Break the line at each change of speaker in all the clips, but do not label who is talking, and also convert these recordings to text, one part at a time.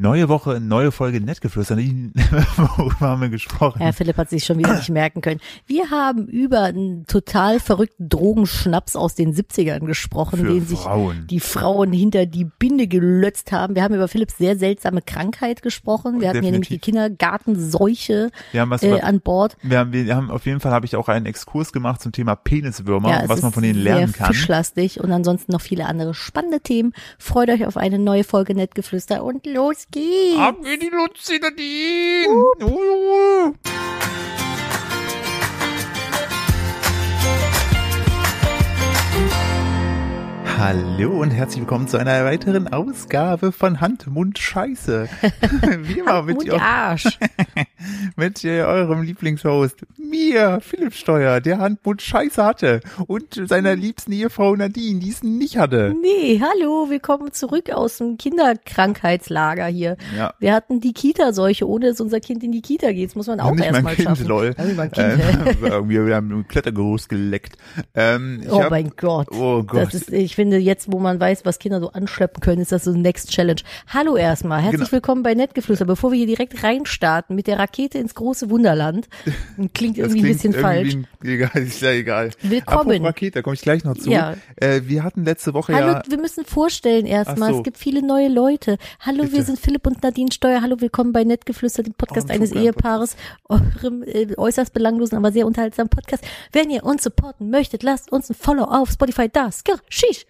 Neue Woche, neue Folge Nettgeflüster. Worüber haben wir gesprochen?
Herr Philipp hat sich schon wieder nicht merken können. Wir haben über einen total verrückten Drogenschnaps aus den 70ern gesprochen,
Für
den sich
Frauen.
die Frauen hinter die Binde gelötzt haben. Wir haben über Philipps sehr seltsame Krankheit gesprochen. Wir hatten hier nämlich die
Definitiv.
Kindergartenseuche
Wir haben was
äh,
über-
an Bord.
Wir haben, wir haben auf jeden Fall habe ich auch einen Exkurs gemacht zum Thema Peniswürmer,
Ja, es
was man
ist
von denen
sehr
lernen kann.
Fischlastig und ansonsten noch viele andere spannende Themen. Freut euch auf eine neue Folge Nettgeflüster und los geht's.
Ab in die Luzinadin! Uh, uh. Hallo und herzlich willkommen zu einer weiteren Ausgabe von Hand, Mund, Scheiße. Wie immer mit,
und
eu-
Arsch.
mit äh, eurem Lieblingshost, mir, Philipp Steuer, der Hand, Mund, Scheiße hatte und seiner
Mhm.
liebsten Ehefrau Nadine, die es nicht hatte.
Nee, hallo, willkommen zurück aus dem Kinderkrankheitslager hier.
Ja.
Wir hatten die Kita-Seuche, ohne dass unser Kind in die Kita geht. Das muss man auch
nicht mein
erstmal
Kind,
schaffen.
lol.
Ja, nicht mein Kind, hä?
Ähm, irgendwie, wir haben einen Klettergerüst geleckt. Ähm, ich
Oh
hab,
mein Gott.
Oh Gott.
Das ist, ich finde, jetzt, wo man weiß, was Kinder so anschleppen können, ist das so Next Challenge. Hallo erstmal. Herzlich
Genau.
willkommen bei Nettgeflüster. Bevor wir hier direkt reinstarten mit der Rakete ins große Wunderland. Klingt
das
irgendwie ein
klingt
bisschen falsch.
irgendwie- Egal, ist ja egal.
Willkommen.
Apropos Rakete, da komme ich gleich noch zu.
Ja.
Äh, wir hatten letzte Woche
Hallo,
ja,
wir müssen vorstellen erstmal.
Ach so.
Es gibt viele neue Leute. Hallo, wir
Bitte.
sind Philipp und Nadine Steuer. Hallo, willkommen bei Nettgeflüster, dem Podcast
Oh, ein
eines
super
Ehepaares, eurem äh, äußerst belanglosen, aber sehr unterhaltsamen Podcast. Wenn ihr uns supporten möchtet, lasst uns ein Follow auf Spotify da. Skir, shish.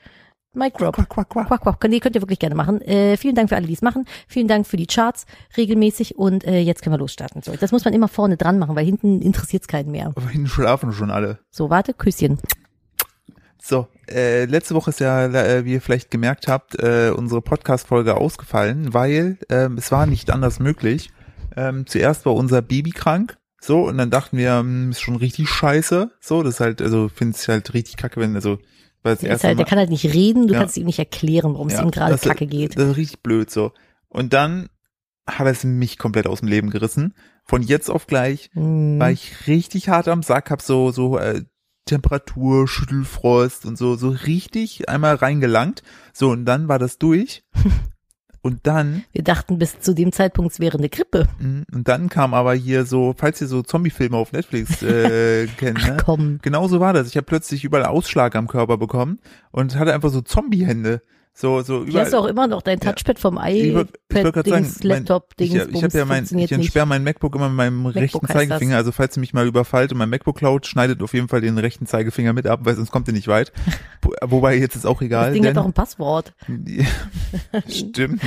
Mic drop.
Quack, quack, quack.
Quack, quack. Nee, könnt ihr wirklich gerne machen. Äh, vielen Dank für alle, die es machen. Vielen Dank für die Charts regelmäßig und äh, jetzt können wir losstarten. So, das muss man immer vorne dran machen, weil hinten interessiert es keinen mehr.
vorhin schlafen schon alle.
So, warte, Küsschen.
So, äh, letzte Woche ist ja, äh, wie ihr vielleicht gemerkt habt, äh, unsere Podcast-Folge ausgefallen, weil ähm, es war nicht anders möglich. Ähm, zuerst war unser Baby krank, so, und dann dachten wir, hm, ist schon richtig scheiße. So, das ist halt, also finde ich halt richtig kacke, wenn, also, weil das
Der, ist
erste
halt,
Mal,
der kann halt nicht reden, du
Ja.
kannst ihm nicht erklären, warum es
Ja,
ihm gerade
das-
kacke geht.
Das ist richtig blöd so. Und dann hat es mich komplett aus dem Leben gerissen. Von jetzt auf gleich
Hm.
war ich richtig hart am Sack, hab so, so äh, Temperatur, Schüttelfrost und so, so richtig einmal reingelangt. So, und dann war das durch. Und dann,
Wir dachten bis zu dem Zeitpunkt, es wäre eine Grippe.
mh, und dann kam aber hier so, falls ihr so Zombie-Filme auf Netflix äh, kennt, ne?
Ach komm.
Genau so war das. Ich habe plötzlich überall Ausschlag am Körper bekommen und hatte einfach so Zombie-Hände. So, so
Du hast
überall.
auch immer noch dein
Ja.
Touchpad vom
Ich wollt- ich wollt grad sagen,
iPad-Dings,
mein-
Laptop-Dings,
Ich, ich
Bums,
habe ja mein,
funktioniert
ich
nicht.
entsperre mein MacBook immer mit meinem rechten
heißt
Zeigefinger. Also falls ihr mich mal überfallt und mein MacBook klaut, schneidet auf jeden Fall den rechten Zeigefinger mit ab, weil sonst kommt ihr nicht weit. Wo- Wobei jetzt ist auch egal.
Das Ding hat doch
denn,
ein Passwort.
stimmt,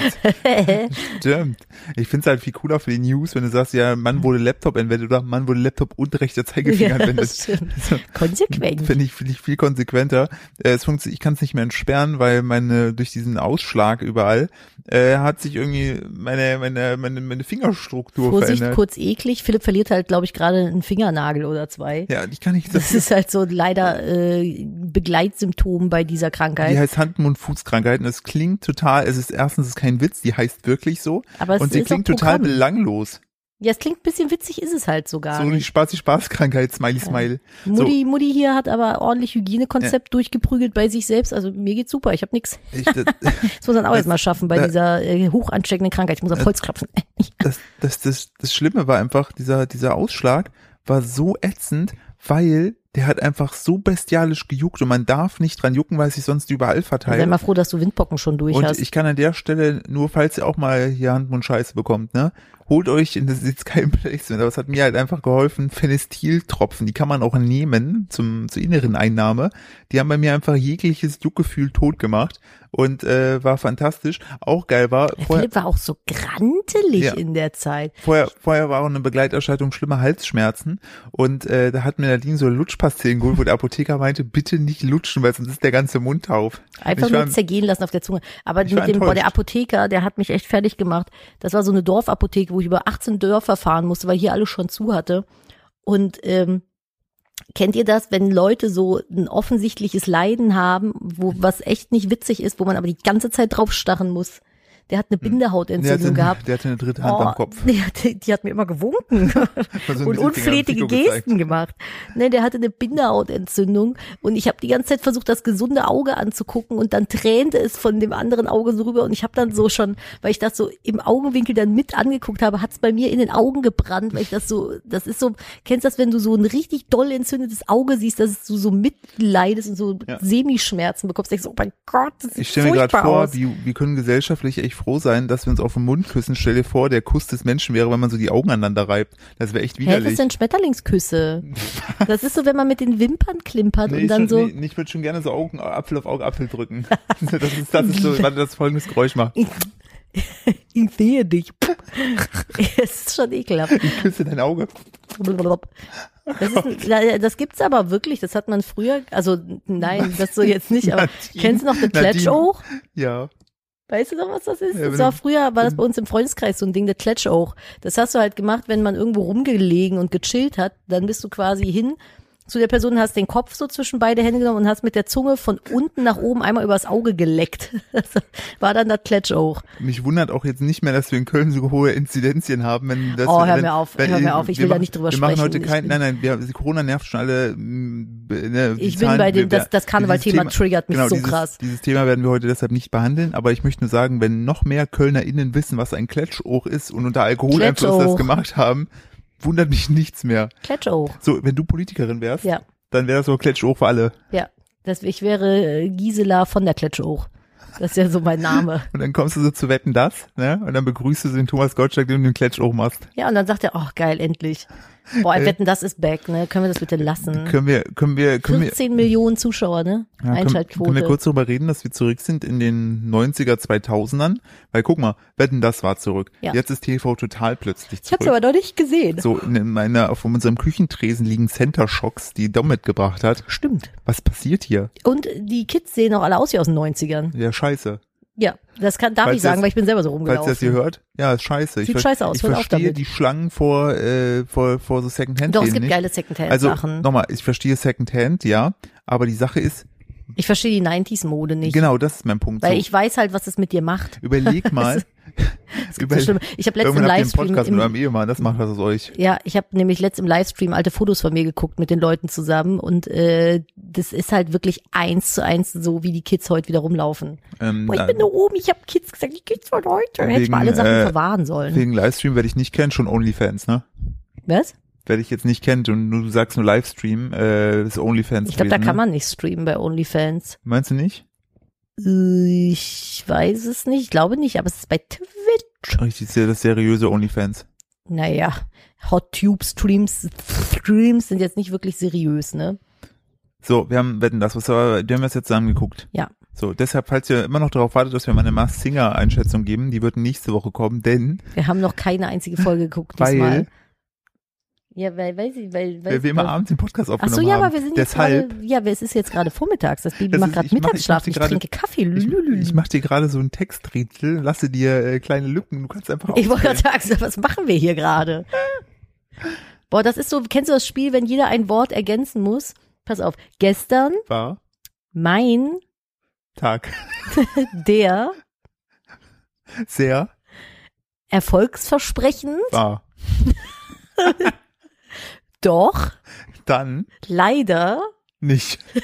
stimmt. Ich finde es halt viel cooler für die News, wenn du sagst, ja, Mann wurde Laptop entwendet oder Mann wurde Laptop und rechter Zeigefinger
Ja,
entwendet.
das stimmt.
So.
Konsequent.
Finde ich, finde ich viel konsequenter. Äh, es funktio- ich kann es nicht mehr entsperren, weil meine, durch diesen Ausschlag überall, äh, hat sich irgendwie meine, meine, meine, meine Fingerstruktur
Vorsicht,
verändert.
kurz eklig. Philipp verliert halt, glaube ich, gerade einen Fingernagel oder zwei.
Ja, ich kann nicht
Das
das.
ist halt so leider äh, Begleitsymptom bei dieser
Die halt-
Krankheit.
heißt Hand, Mund, Fußkrankheit und es klingt total, es ist erstens ist kein Witz, die heißt wirklich so
Aber es
und sie
ist auch
klingt total
Programm.
belanglos.
Ja, es klingt ein bisschen witzig, ist es halt sogar.
So die spaß spaß krankheit Smiley Smile. So,
Mutti, Mutti hier hat aber ordentlich Hygienekonzept durchgeprügelt bei sich selbst. Also mir geht's super, ich habe nichts.
ich, das,
Das muss man auch
Das-
erstmal schaffen bei
da-
dieser äh, hoch ansteckenden Krankheit. Ich muss
äh,
auf Holz klopfen.
das, das, das, das Schlimme war einfach, dieser, dieser Ausschlag war so ätzend, weil der hat einfach so bestialisch gejuckt und man darf nicht dran jucken, weil es sich sonst überall
Sei
verteilt.
mal froh, dass du Windpocken schon durch
Und
hast.
ich kann an der Stelle, nur falls ihr auch mal hier Hand und Scheiße bekommt, ne, holt euch, in das ist jetzt kein Placement, aber es hat mir halt einfach geholfen, Phenestiltropfen, die kann man auch nehmen zum, zur inneren Einnahme. Die haben bei mir einfach jegliches Juckgefühl tot gemacht und äh, war fantastisch. Auch geil war,
Der
vorher,
Philipp war auch so grantelig
Ja.
in der Zeit.
Vorher, vorher war auch eine Begleiterscheinung schlimme Halsschmerzen und äh, da hat mir Nadine so Lutschpastillen geholt, wo der Apotheker meinte, bitte nicht lutschen, weil sonst ist der ganze Mund taub.
Einfach
ich war,
nur zergehen lassen auf der Zunge. Aber
Ich war
mit dem, boah, der
enttäuscht.
Apotheker, der hat mich echt fertig gemacht. Das war so eine Dorfapotheke, wo ich über 18 Dörfer fahren musste, weil hier alles schon zu hatte. Und ähm, kennt ihr das, wenn Leute so ein offensichtliches Leiden haben, wo was echt nicht witzig ist, wo man aber die ganze Zeit draufstarren muss? der hat eine
Hm. Der hatte,
Bindehautentzündung gehabt.
der hatte eine dritte Hand
Oh,
am Kopf.
Die, hat- die hat mir immer gewunken
Also mit
und
den Fingern am
unflätige
Trikot gezeigt.
Gesten gemacht. Ne, der hatte eine Bindehautentzündung und ich habe die ganze Zeit versucht, das gesunde Auge anzugucken und dann tränte es von dem anderen Auge so rüber und ich habe dann so schon, weil ich das so im Augenwinkel dann mit angeguckt habe, hat es bei mir in den Augen gebrannt, weil ich das so, das ist so, kennst du das, wenn du so ein richtig doll entzündetes Auge siehst, dass du so mitleidest und so
Ja.
Semischmerzen bekommst, denkst du, oh mein Gott, das sieht
Ich stelle mir gerade
furchtbar
vor,
aus.
wie, wir können gesellschaftlich echt froh sein, dass wir uns auf den Mund küssen. Stell dir vor, der Kuss des Menschen wäre, wenn man so die Augen aneinander reibt. Das wäre echt
Hä, das
widerlich.
sind Schmetterlingsküsse. Das ist so, wenn man mit den Wimpern klimpert
Nee,
und
ich,
dann
würd-
so.
nee, nee, ich würde schon gerne so Augen, Apfel auf Auge, Apfel drücken. Das ist, das ist so, warte, das folgendes Geräusch macht.
Ich sehe dich. es ist schon ekelhaft.
Ich küsse dein Auge.
Blablabla. Das, ist, ein- das gibt's aber wirklich. Das hat man früher, also nein, das so jetzt nicht. Aber
Nadine,
kennst du noch den
Nadine.
Kletschauch?
Ja.
Weißt du noch, was das ist?
Ja,
das
wenn
war
du-
früher, war das bei uns im Freundeskreis so ein Ding, der Kletschauch. Das hast du halt gemacht, wenn man irgendwo rumgelegen und gechillt hat, dann bist du quasi hin zu der Person, hast den Kopf so zwischen beide Hände genommen und hast mit der Zunge von unten nach oben einmal übers Auge geleckt. Das war dann das Kletschauch.
Mich wundert auch jetzt nicht mehr, dass wir in Köln so hohe Inzidenzien haben, wenn das.
Oh, hör
wenn,
mir auf, hör mir auf, ich
wir
will da
machen-
nicht drüber
wir Machen
sprechen.
heute
Ich
kein,
bin-
nein, nein, wir, Corona nervt schon alle. mm, b- Ne, die
Ich bin
Zahlen,
bei dem,
wir-
das- das
dieses
Karnevalthema
Thema-
triggert mich
genau,
so
dieses,
krass.
Dieses Thema werden wir heute deshalb nicht behandeln, aber ich möchte nur sagen, wenn noch mehr KölnerInnen wissen, was ein Kletschauch ist und unter Alkoholeinfluss das
Kletschauch.
gemacht haben, wundert mich nichts mehr.
Kletschauch.
So, wenn du Politikerin wärst,
Ja,
dann wäre das so Kletschauch für alle.
ja. Das, ich wäre äh, Gisela von der Kletschauch. Das ist ja so mein Name.
Und dann kommst du so zu Wetten, das, ne? Und dann begrüßt du so den Thomas Gottschalk, den du den Kletschauch machst.
Ja, und dann sagt er, oh geil, endlich. Boah,
Äh,
wetten, das ist back, ne? Können wir das bitte lassen?
Können wir, können wir, können wir,
14 Millionen Zuschauer, ne?
Ja, können,
Einschaltquote.
können wir kurz darüber reden, dass wir zurück sind in den 90er, 2000ern? Weil guck mal, Wetten, das war zurück.
Ja.
Jetzt ist TV total plötzlich
ich hab's
zurück.
aber noch nicht gesehen.
So, in meiner, auf unserem Küchentresen liegen Center Shocks, die Dom mitgebracht hat.
Stimmt.
Was passiert hier?
Und die Kids sehen auch alle aus wie aus den 90ern.
Ja, scheiße.
Ja, das kann, darf
Falls
ich sagen,
das-
weil ich bin selber so
Falls ihr das hier
rumgelaufen.
hört, ja, ist scheiße.
Sieht
ver-
scheiße aus,
Ich
hört auf
verstehe
damit.
die Schlangen vor, äh, vor, vor so Secondhand.
Doch, es gibt
nicht.
geile Secondhand-Sachen.
Also, nochmal, ich verstehe Secondhand, ja. Aber die Sache ist,
ich verstehe die 90s-Mode nicht.
genau, das ist mein Punkt.
Weil
so,
ich weiß halt, was es mit dir macht.
überleg mal.
Das ist schlimm. Ich
Irgendwann habt
habe letztens im
ihr einen
Livestream
Podcast
im-
mit eurem Ehemann, das macht was aus euch.
Ja, ich habe nämlich letzt im Livestream alte Fotos von mir geguckt mit den Leuten zusammen und äh, das ist halt wirklich eins zu eins so, wie die Kids heute wieder rumlaufen.
Ähm,
Boah, ich bin
äh,
eine Omi, ich habe Kids gesagt, die Kids von heute. Hätte ich
Wegen,
mal alle Sachen
äh,
verwahren sollen.
wegen Livestream werde ich nicht kennen, schon Onlyfans, ne?
Was?
Werde ich jetzt nicht kennen und du sagst nur Livestream, äh, ist Onlyfans.
Ich glaube, da
gewesen,
kann
ne?
man nicht streamen bei OnlyFans.
Meinst du nicht?
Äh, Ich weiß es nicht, ich glaube nicht, aber es ist bei Twitch.
Richtig, sehr- das seriöse Onlyfans.
Naja, Hot Tube Streams, Streams sind jetzt nicht wirklich seriös, ne?
So, wir haben wetten das, was aber, die haben wir jetzt zusammen geguckt.
Ja.
So, deshalb, falls ihr immer noch darauf wartet, dass wir mal eine Mars Singer Einschätzung geben, die wird nächste Woche kommen, denn
Wir haben noch keine einzige Folge geguckt
Weil-
diesmal. Ja, weil, weil sie, weil, weil
wir, wir immer
weil-
abends den Podcast
Ach
aufgenommen
so, ja,
haben.
aber wir sind jetzt
deshalb,
gerade, ja, wir- es ist jetzt gerade vormittags. Das Baby
Das
macht
ist-
gerade
ich mach- ich mach
Mittagsschlaf.
sie
Ich,
gerade-
trinke Kaffee.
ich,
lülülü.
ich mach dir gerade so ein Texträtsel, lasse dir äh, kleine Lücken, du kannst einfach
Ich wollte
auswählen.
gerade sagen, was machen wir hier gerade? Boah, das ist so, kennst du das Spiel, wenn jeder ein Wort ergänzen muss? Pass auf. Gestern,
war
mein,
Tag
der,
sehr
Erfolgsversprechen,
war.
doch,
Dann
leider.
nicht.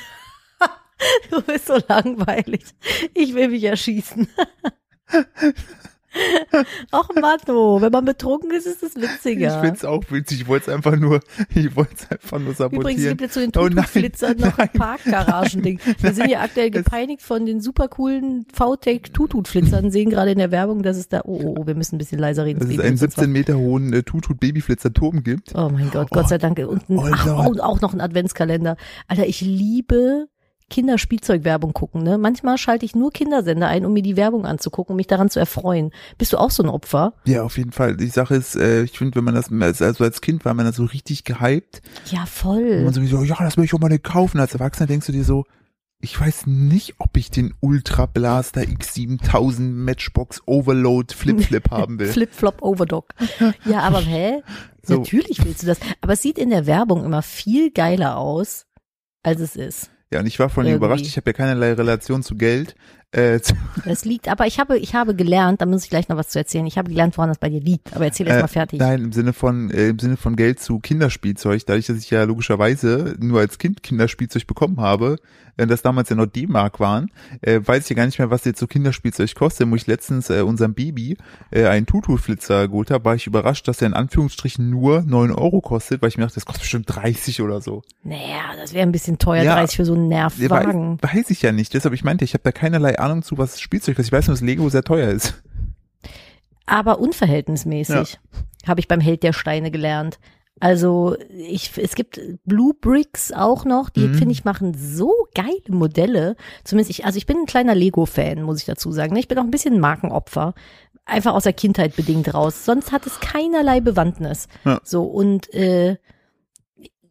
Du bist so langweilig. Ich will mich erschießen. Ach Manu, wenn man betrunken ist, ist es witziger.
Ich find's auch witzig. Ich wollte es einfach nur, ich wollte es einfach nur
Übrigens
sabotieren.
gibt es zu den
Oh nein,
Tutu-Flitzern noch ein
nein,
Parkgaragending. Wir sind ja aktuell gepeinigt von den super coolen VTech Tutu-Flitzern, sehen gerade in der Werbung, dass es da, oh, oh, oh wir müssen ein bisschen leiser reden.
Dass
das
es
Baby
einen
sitzt
17 Meter hohen äh, Tutut Babyflitzer Turm gibt.
auf- Oh mein Gott, Gott
Oh,
sei Dank. Und, ein,
oh
ach,
Lord.
und auch noch ein Adventskalender. Alter, ich liebe Kinderspielzeugwerbung gucken, ne? Manchmal schalte ich nur Kindersender ein, um mir die Werbung anzugucken, um mich daran zu erfreuen. Bist du auch so ein Opfer?
Ja, auf jeden Fall. Die Sache ist, äh, ich finde, wenn man das, also als Kind war man da so richtig gehypt.
Ja,
Und
voll.
man so, so, ja, das will ich auch mal kaufen. Als Erwachsener denkst du dir so, ich weiß nicht, ob ich den Ultra Blaster X7000 Matchbox Overload Flip Flip haben will.
Flip-Flop Overdog. Ja, aber hä?
Ne? So.
Natürlich willst du das. Aber es sieht in der Werbung immer viel geiler aus, als es ist.
Ja, und ich war vor allem
Irgendwie.
überrascht, ich habe ja keinerlei Relation zu Geld, Äh, zu,
Das liegt, aber ich habe, ich habe gelernt, da muss ich gleich noch was zu erzählen. Ich habe gelernt, woran das bei dir liegt. Aber erzähl erst
äh,
mal fertig.
Nein, im Sinne von äh, im Sinne von Geld zu Kinderspielzeug, dadurch, dass ich ja logischerweise nur als Kind Kinderspielzeug bekommen habe, äh, das damals ja noch D-Mark waren, äh, weiß ich ja gar nicht mehr, was jetzt so Kinderspielzeug kostet. Wo ich letztens äh, unserem Baby äh, einen Tutu-Flitzer geholt habe, war ich überrascht, dass er in Anführungsstrichen nur 9 Euro kostet, weil ich mir dachte, das kostet bestimmt 30 oder so.
Naja, das wäre ein bisschen teuer,
Ja.
30 für so einen
Ja,
Nervwagen.
Weiß, weiß ich ja nicht, deshalb ich meinte, ich habe da keinerlei Ahnung zu, was Spielzeug ist. Ich weiß nur, dass Lego sehr teuer ist.
Aber unverhältnismäßig. Habe ich beim Held der Steine gelernt. Also, ich, es gibt Blue Bricks auch noch, die, finde ich, machen so geile Modelle. Zumindest ich, also ich bin ein kleiner Lego-Fan, muss ich dazu sagen. Ne, Ich bin auch ein bisschen Markenopfer. Einfach aus der Kindheit bedingt raus. Sonst hat es keinerlei Bewandtnis.
Ja.
So, und, äh,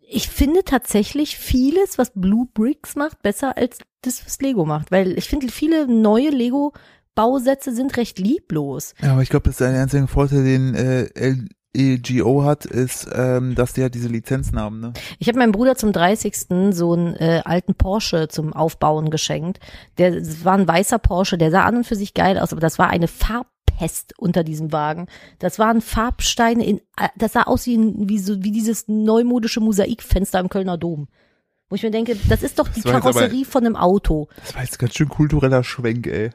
ich finde tatsächlich vieles, was Blue Bricks macht, besser als das, was Lego macht. Weil ich finde, viele neue Lego-Bausätze sind recht lieblos.
Ja, aber ich glaube, das ist der einzige Vorteil, den äh, LEGO hat, ist, ähm, dass die ja diese Lizenzen haben, ne?
Ich habe meinem Bruder zum 30. so einen äh, alten Porsche zum Aufbauen geschenkt. Der es war ein weißer Porsche, der sah an und für sich geil aus, aber das war eine Farbpest unter diesem Wagen. Das waren Farbsteine in a- das sah aus wie, ein- wie so wie dieses neumodische Mosaikfenster im Kölner Dom. Wo ich mir denke, das ist doch die
war jetzt aber-
Karosserie von einem Auto.
Das war jetzt ganz schön kultureller Schwenk, ey.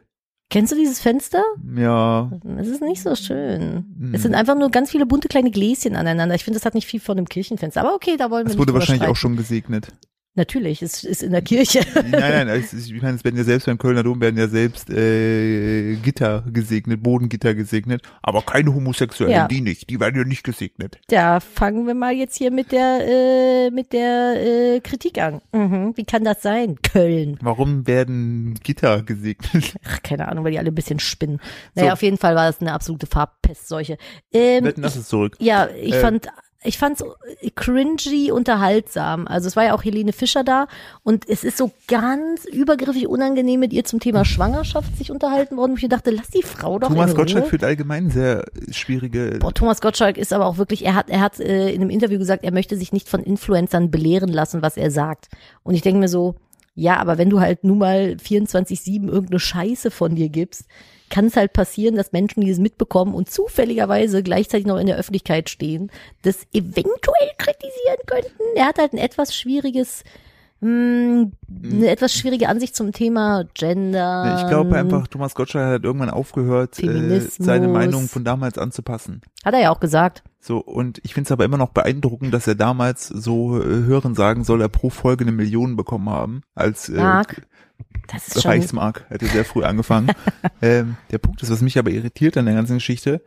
Kennst du dieses Fenster?
Ja.
Es ist nicht
Hm.
so schön.
Mhm.
Es sind einfach nur ganz viele bunte kleine Gläschen aneinander. Ich finde, das hat nicht viel von einem Kirchenfenster. Aber okay, da wollen wir
Das
nicht
wurde
drüber
wahrscheinlich
streiten.
auch schon gesegnet.
Natürlich, es ist in der Kirche.
Nein, nein, es ist- ich meine, es werden ja selbst beim Kölner Dom werden ja selbst äh, Gitter gesegnet, Bodengitter gesegnet, aber keine Homosexuellen,
Ja.
die nicht, die werden ja nicht gesegnet.
Da fangen wir mal jetzt hier mit der äh, mit der äh, Kritik an. Mhm. Wie kann das sein? Köln.
Warum werden Gitter gesegnet?
Ach, keine Ahnung, weil die alle ein bisschen spinnen. Naja,
So.
auf jeden Fall war das eine absolute Farbpestseuche. Ähm,
Wetten, das ist zurück.
ja, ich
Äh.
fand ich fand's cringy unterhaltsam. Also es war ja auch Helene Fischer da und es ist so ganz übergriffig unangenehm mit ihr zum Thema Schwangerschaft sich unterhalten worden. Und ich dachte, lass die Frau doch
Thomas
in Ruhe.
Gottschalk führt allgemein sehr schwierige.
Boah, Thomas Gottschalk ist aber auch wirklich, er hat, er hat äh, in einem Interview gesagt, er möchte sich nicht von Influencern belehren lassen, was er sagt. Und ich denke mir so, ja, aber wenn du halt nun mal 24-7 irgendeine Scheiße von dir gibst, kann es halt passieren, dass Menschen, die es mitbekommen und zufälligerweise gleichzeitig noch in der Öffentlichkeit stehen, das eventuell kritisieren könnten. Er hat halt ein etwas schwieriges, mh, eine etwas schwierige Ansicht zum Thema Gender.
Hm. ich glaube einfach, Thomas Gottschalk hat irgendwann aufgehört, äh,
Ähm, Feminismus.
seine Meinung von damals anzupassen.
Hat er ja auch gesagt.
So, und ich finde es aber immer noch beeindruckend, dass er damals so äh, hören sagen soll, er pro Folge eine Million bekommen haben. Als äh,
Mark. Das ist schon
Reichsmark hätte sehr früh angefangen. ähm, der Punkt ist, was mich aber irritiert an der ganzen Geschichte,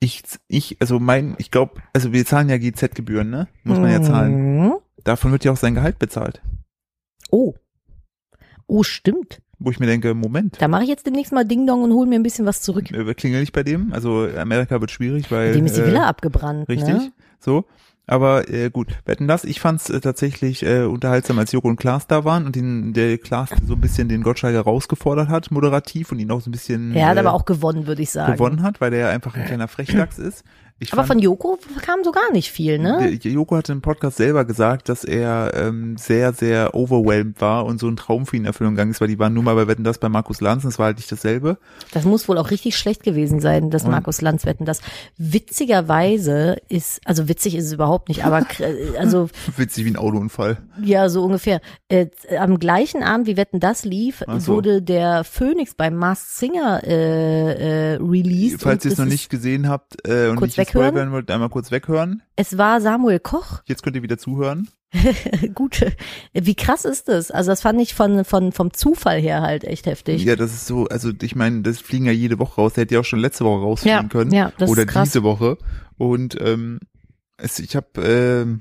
ich, ich, also mein, ich glaube, also wir zahlen ja GZ-Gebühren, ne? Muss man ja zahlen.
Mhm.
Davon wird ja auch sein Gehalt bezahlt.
Oh. Oh, stimmt.
Wo ich mir denke, Moment,
Da mache ich jetzt demnächst mal Ding Dong und hole mir ein bisschen was zurück.
äh, klingel ich bei dem? Also Amerika wird schwierig, weil.
Dem ist die
äh,
Villa abgebrannt.
Richtig,
Ne?
so. Aber äh, gut, wetten das. Ich fand es äh, tatsächlich äh, unterhaltsam, als Joko und Klaas da waren und den, der Klaas so ein bisschen den Gottschalker rausgefordert hat, moderativ und ihn auch so ein bisschen
Er hat
äh,
aber auch gewonnen, würde ich sagen.
gewonnen hat, weil er einfach ein kleiner Frechdachs ist. Ich
Aber von
fand,
Joko kam so gar nicht viel, ne?
der- Joko hatte im Podcast selber gesagt, dass er ähm, sehr, sehr overwhelmed war und so ein Traum für ihn in Erfüllung gegangen ist, weil die waren nur mal bei Wetten das bei Markus Lanz und es war halt nicht dasselbe.
Das muss wohl auch richtig schlecht gewesen sein, dass Markus Lanz wetten das. Witzigerweise ist, also witzig ist es überhaupt nicht, aber kr- also
Witzig wie ein Autounfall.
Ja, so ungefähr. Äh, am gleichen Abend, wie Wetten das lief,
Ach so.
wurde der Phoenix beim Mars Singer äh, äh, released.
Falls
und
ihr es noch
ist-
nicht gesehen habt äh, und nicht
Kurz
gespoilert
weghören?
werden wollt, einmal kurz weghören.
Es war Samuel Koch,
Jetzt könnt ihr wieder zuhören.
Gut, wie krass ist das? Also das fand ich von, von, vom Zufall her halt echt heftig.
Ja, das ist so, also ich meine, das fliegen ja jede Woche raus. Der hätte ja auch schon letzte Woche rausfliegen
Ja,
können.
ja, das ist
oder
krass.
diese Woche. Und ähm, es, ich habe, ähm,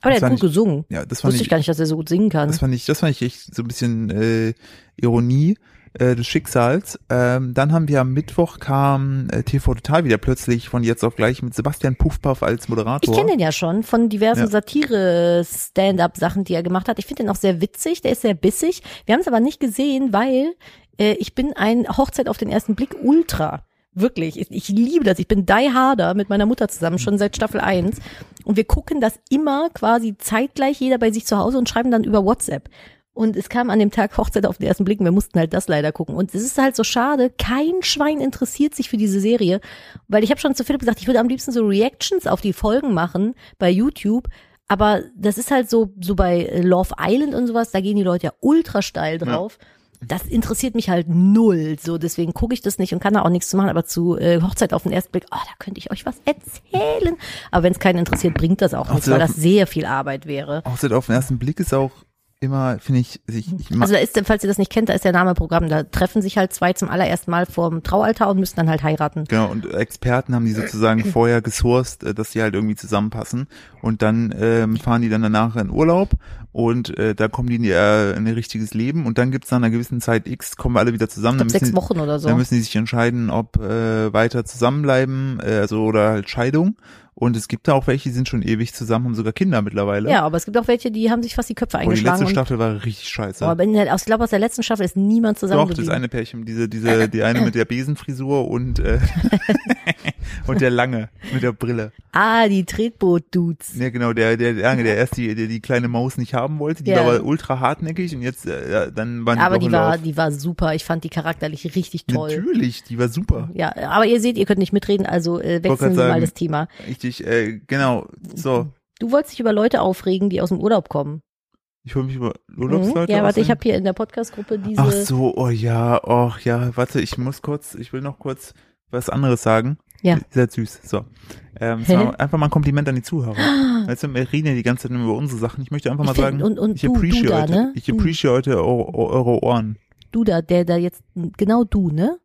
Aber
das war
der hat gut
nicht-
gesungen.
ja, das fand
Wusste ich
ich,
gar nicht, dass er so gut singen kann.
das fand ich, das fand ich echt so ein bisschen äh, Ironie äh, des Schicksals. Ähm, dann haben wir am Mittwoch kam äh, TV Total wieder plötzlich von jetzt auf gleich mit Sebastian Puffpaff als
Ich
Moderator.
kenne den ja schon von diversen
Ja.
Satire-Stand-up-Sachen, die er gemacht hat. Ich finde den auch sehr witzig, der ist sehr bissig. Wir haben es aber nicht gesehen, weil äh, ich bin ein Hochzeit auf den ersten Blick Ultra. Wirklich, ich, ich liebe das. Ich bin Die Harder mit meiner Mutter zusammen, schon seit Staffel 1. Und wir gucken das immer quasi zeitgleich, jeder bei sich zu Hause und schreiben dann über WhatsApp. Und es kam an dem Tag Hochzeit auf den ersten Blick. und Wir mussten halt das leider gucken. Und es ist halt so schade. Kein Schwein interessiert sich für diese Serie, weil ich habe schon zu Philipp gesagt, ich würde am liebsten so Reactions auf die Folgen machen bei YouTube. Aber das ist halt so, so bei Love Island und sowas, da gehen die Leute ja ultra steil drauf. Das interessiert mich halt null. So, deswegen gucke ich das nicht und kann da auch nichts zu machen. Aber zu äh, Hochzeit auf den ersten Blick, oh, da könnte ich euch was erzählen. Aber wenn es keinen interessiert, bringt das auch nichts,
Hochzeit
weil
auf
das sehr viel Arbeit wäre.
Hochzeit auf den ersten Blick ist auch immer, finde ich, ich, ich mag,
Also da ist, falls ihr das nicht kennt, da ist der Name Programm. Da treffen sich halt zwei zum allerersten Mal vorm Traualtar und müssen dann halt heiraten.
genau, und Experten haben die sozusagen vorher gesourced, äh, dass die halt irgendwie zusammenpassen und dann ähm, fahren die dann danach in Urlaub und äh, da kommen die in, die, äh, in ein richtiges Leben und dann gibt's nach einer gewissen Zeit X, kommen wir alle wieder zusammen.
Ich
dann
glaube sechs
müssen-
Wochen oder so.
Dann müssen die sich entscheiden, ob äh, weiter zusammenbleiben, äh, also oder halt Scheidung. Und es gibt da auch welche, die sind schon ewig zusammen, haben sogar Kinder mittlerweile.
Ja, aber es gibt auch welche, die haben sich fast die Köpfe
Und Oh, die
eingeschlagen.
letzte
Und,
Staffel war richtig scheiße.
oh, aber in der, aus, ich glaube, aus der letzten Staffel ist niemand
Doch, das
zusammengeblieben.
eine Pärchen, diese, diese, die eine mit der Besenfrisur und äh, und der lange mit der Brille.
Ah, die Tretboot-Dudes.
Ja, genau, der, der lange, der erst die, der die kleine Maus nicht haben wollte, die
Ja.
war aber ultra hartnäckig und jetzt äh, ja, dann waren die
Aber
doch
die
in
war,
Love.
die war super. Ich fand die charakterlich richtig toll. Mhm.
Natürlich, die war super.
Ja, aber ihr seht, ihr könnt nicht mitreden, also
wollte
äh, wechseln
grad
wir
sagen.
mal das Thema.
Richtig, äh, genau. So,
Du wolltest dich über Leute aufregen, die aus dem Urlaub kommen.
ich hole mich über
Mhm.
Urlaubsleute
Ja, warte, ich
aus.
habe hier in der Podcast-Gruppe diese.
Ach so, oh ja, oh ja, warte, ich muss kurz, ich will noch kurz was anderes sagen.
Ja.
Sehr süß, so. Ähm, es
Hä? Ah.
war einfach mal ein Kompliment an die Zuhörer. Weißt du, wir reden ja die ganze Zeit nur über unsere Sachen. Ich möchte einfach
Ich
mal
find-
sagen,
und- und
ich
du- du
appreciate,
da, ne?
ich
Du.
appreciate eu- eu- eure Ohren.
du da, der da jetzt, genau du, ne?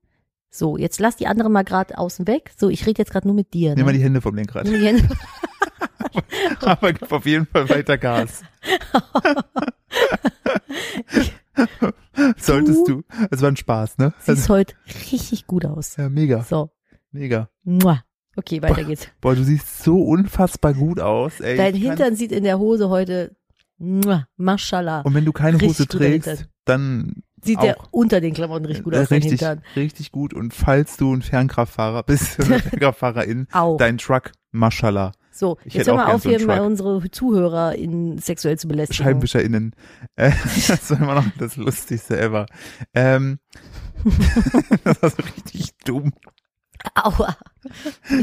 So, jetzt lass die anderen mal gerade außen weg. So, ich rede jetzt gerade nur mit dir.
Nimm mal
Ne?
die Hände vom Lenkrad.
Nimm die Hände.
Aber gib auf jeden Fall weiter Gas. Solltest du. Es war ein Spaß, ne? Also,
Siehst heute richtig gut aus.
ja, mega,
So,
mega.
Mua. okay, weiter geht's.
Boah, du siehst so unfassbar gut aus. Ey,
Dein
ich kann-
Hintern sieht in der Hose heute, Mua. mashallah,
Und wenn du keine
Richtig
Hose
guter
trägst,
Hintern.
dann
sieht der
auch.
unter den Klamotten richtig gut
äh,
aus, dein
richtig,
Hintern.
richtig gut. Und falls du ein Fernkraftfahrer bist oder Fernkraftfahrerin,
Auch.
dein Truck, mashallah,
so,
ich
jetzt
hätte
hör
auch
mal
gern
auf,
so einen
hier mal
Truck.
unsere Zuhörer in sexuell zu belästigen.
ScheibenwischerInnen. Äh, das war immer noch das Lustigste ever. Ähm, das war so richtig dumm.
Aua.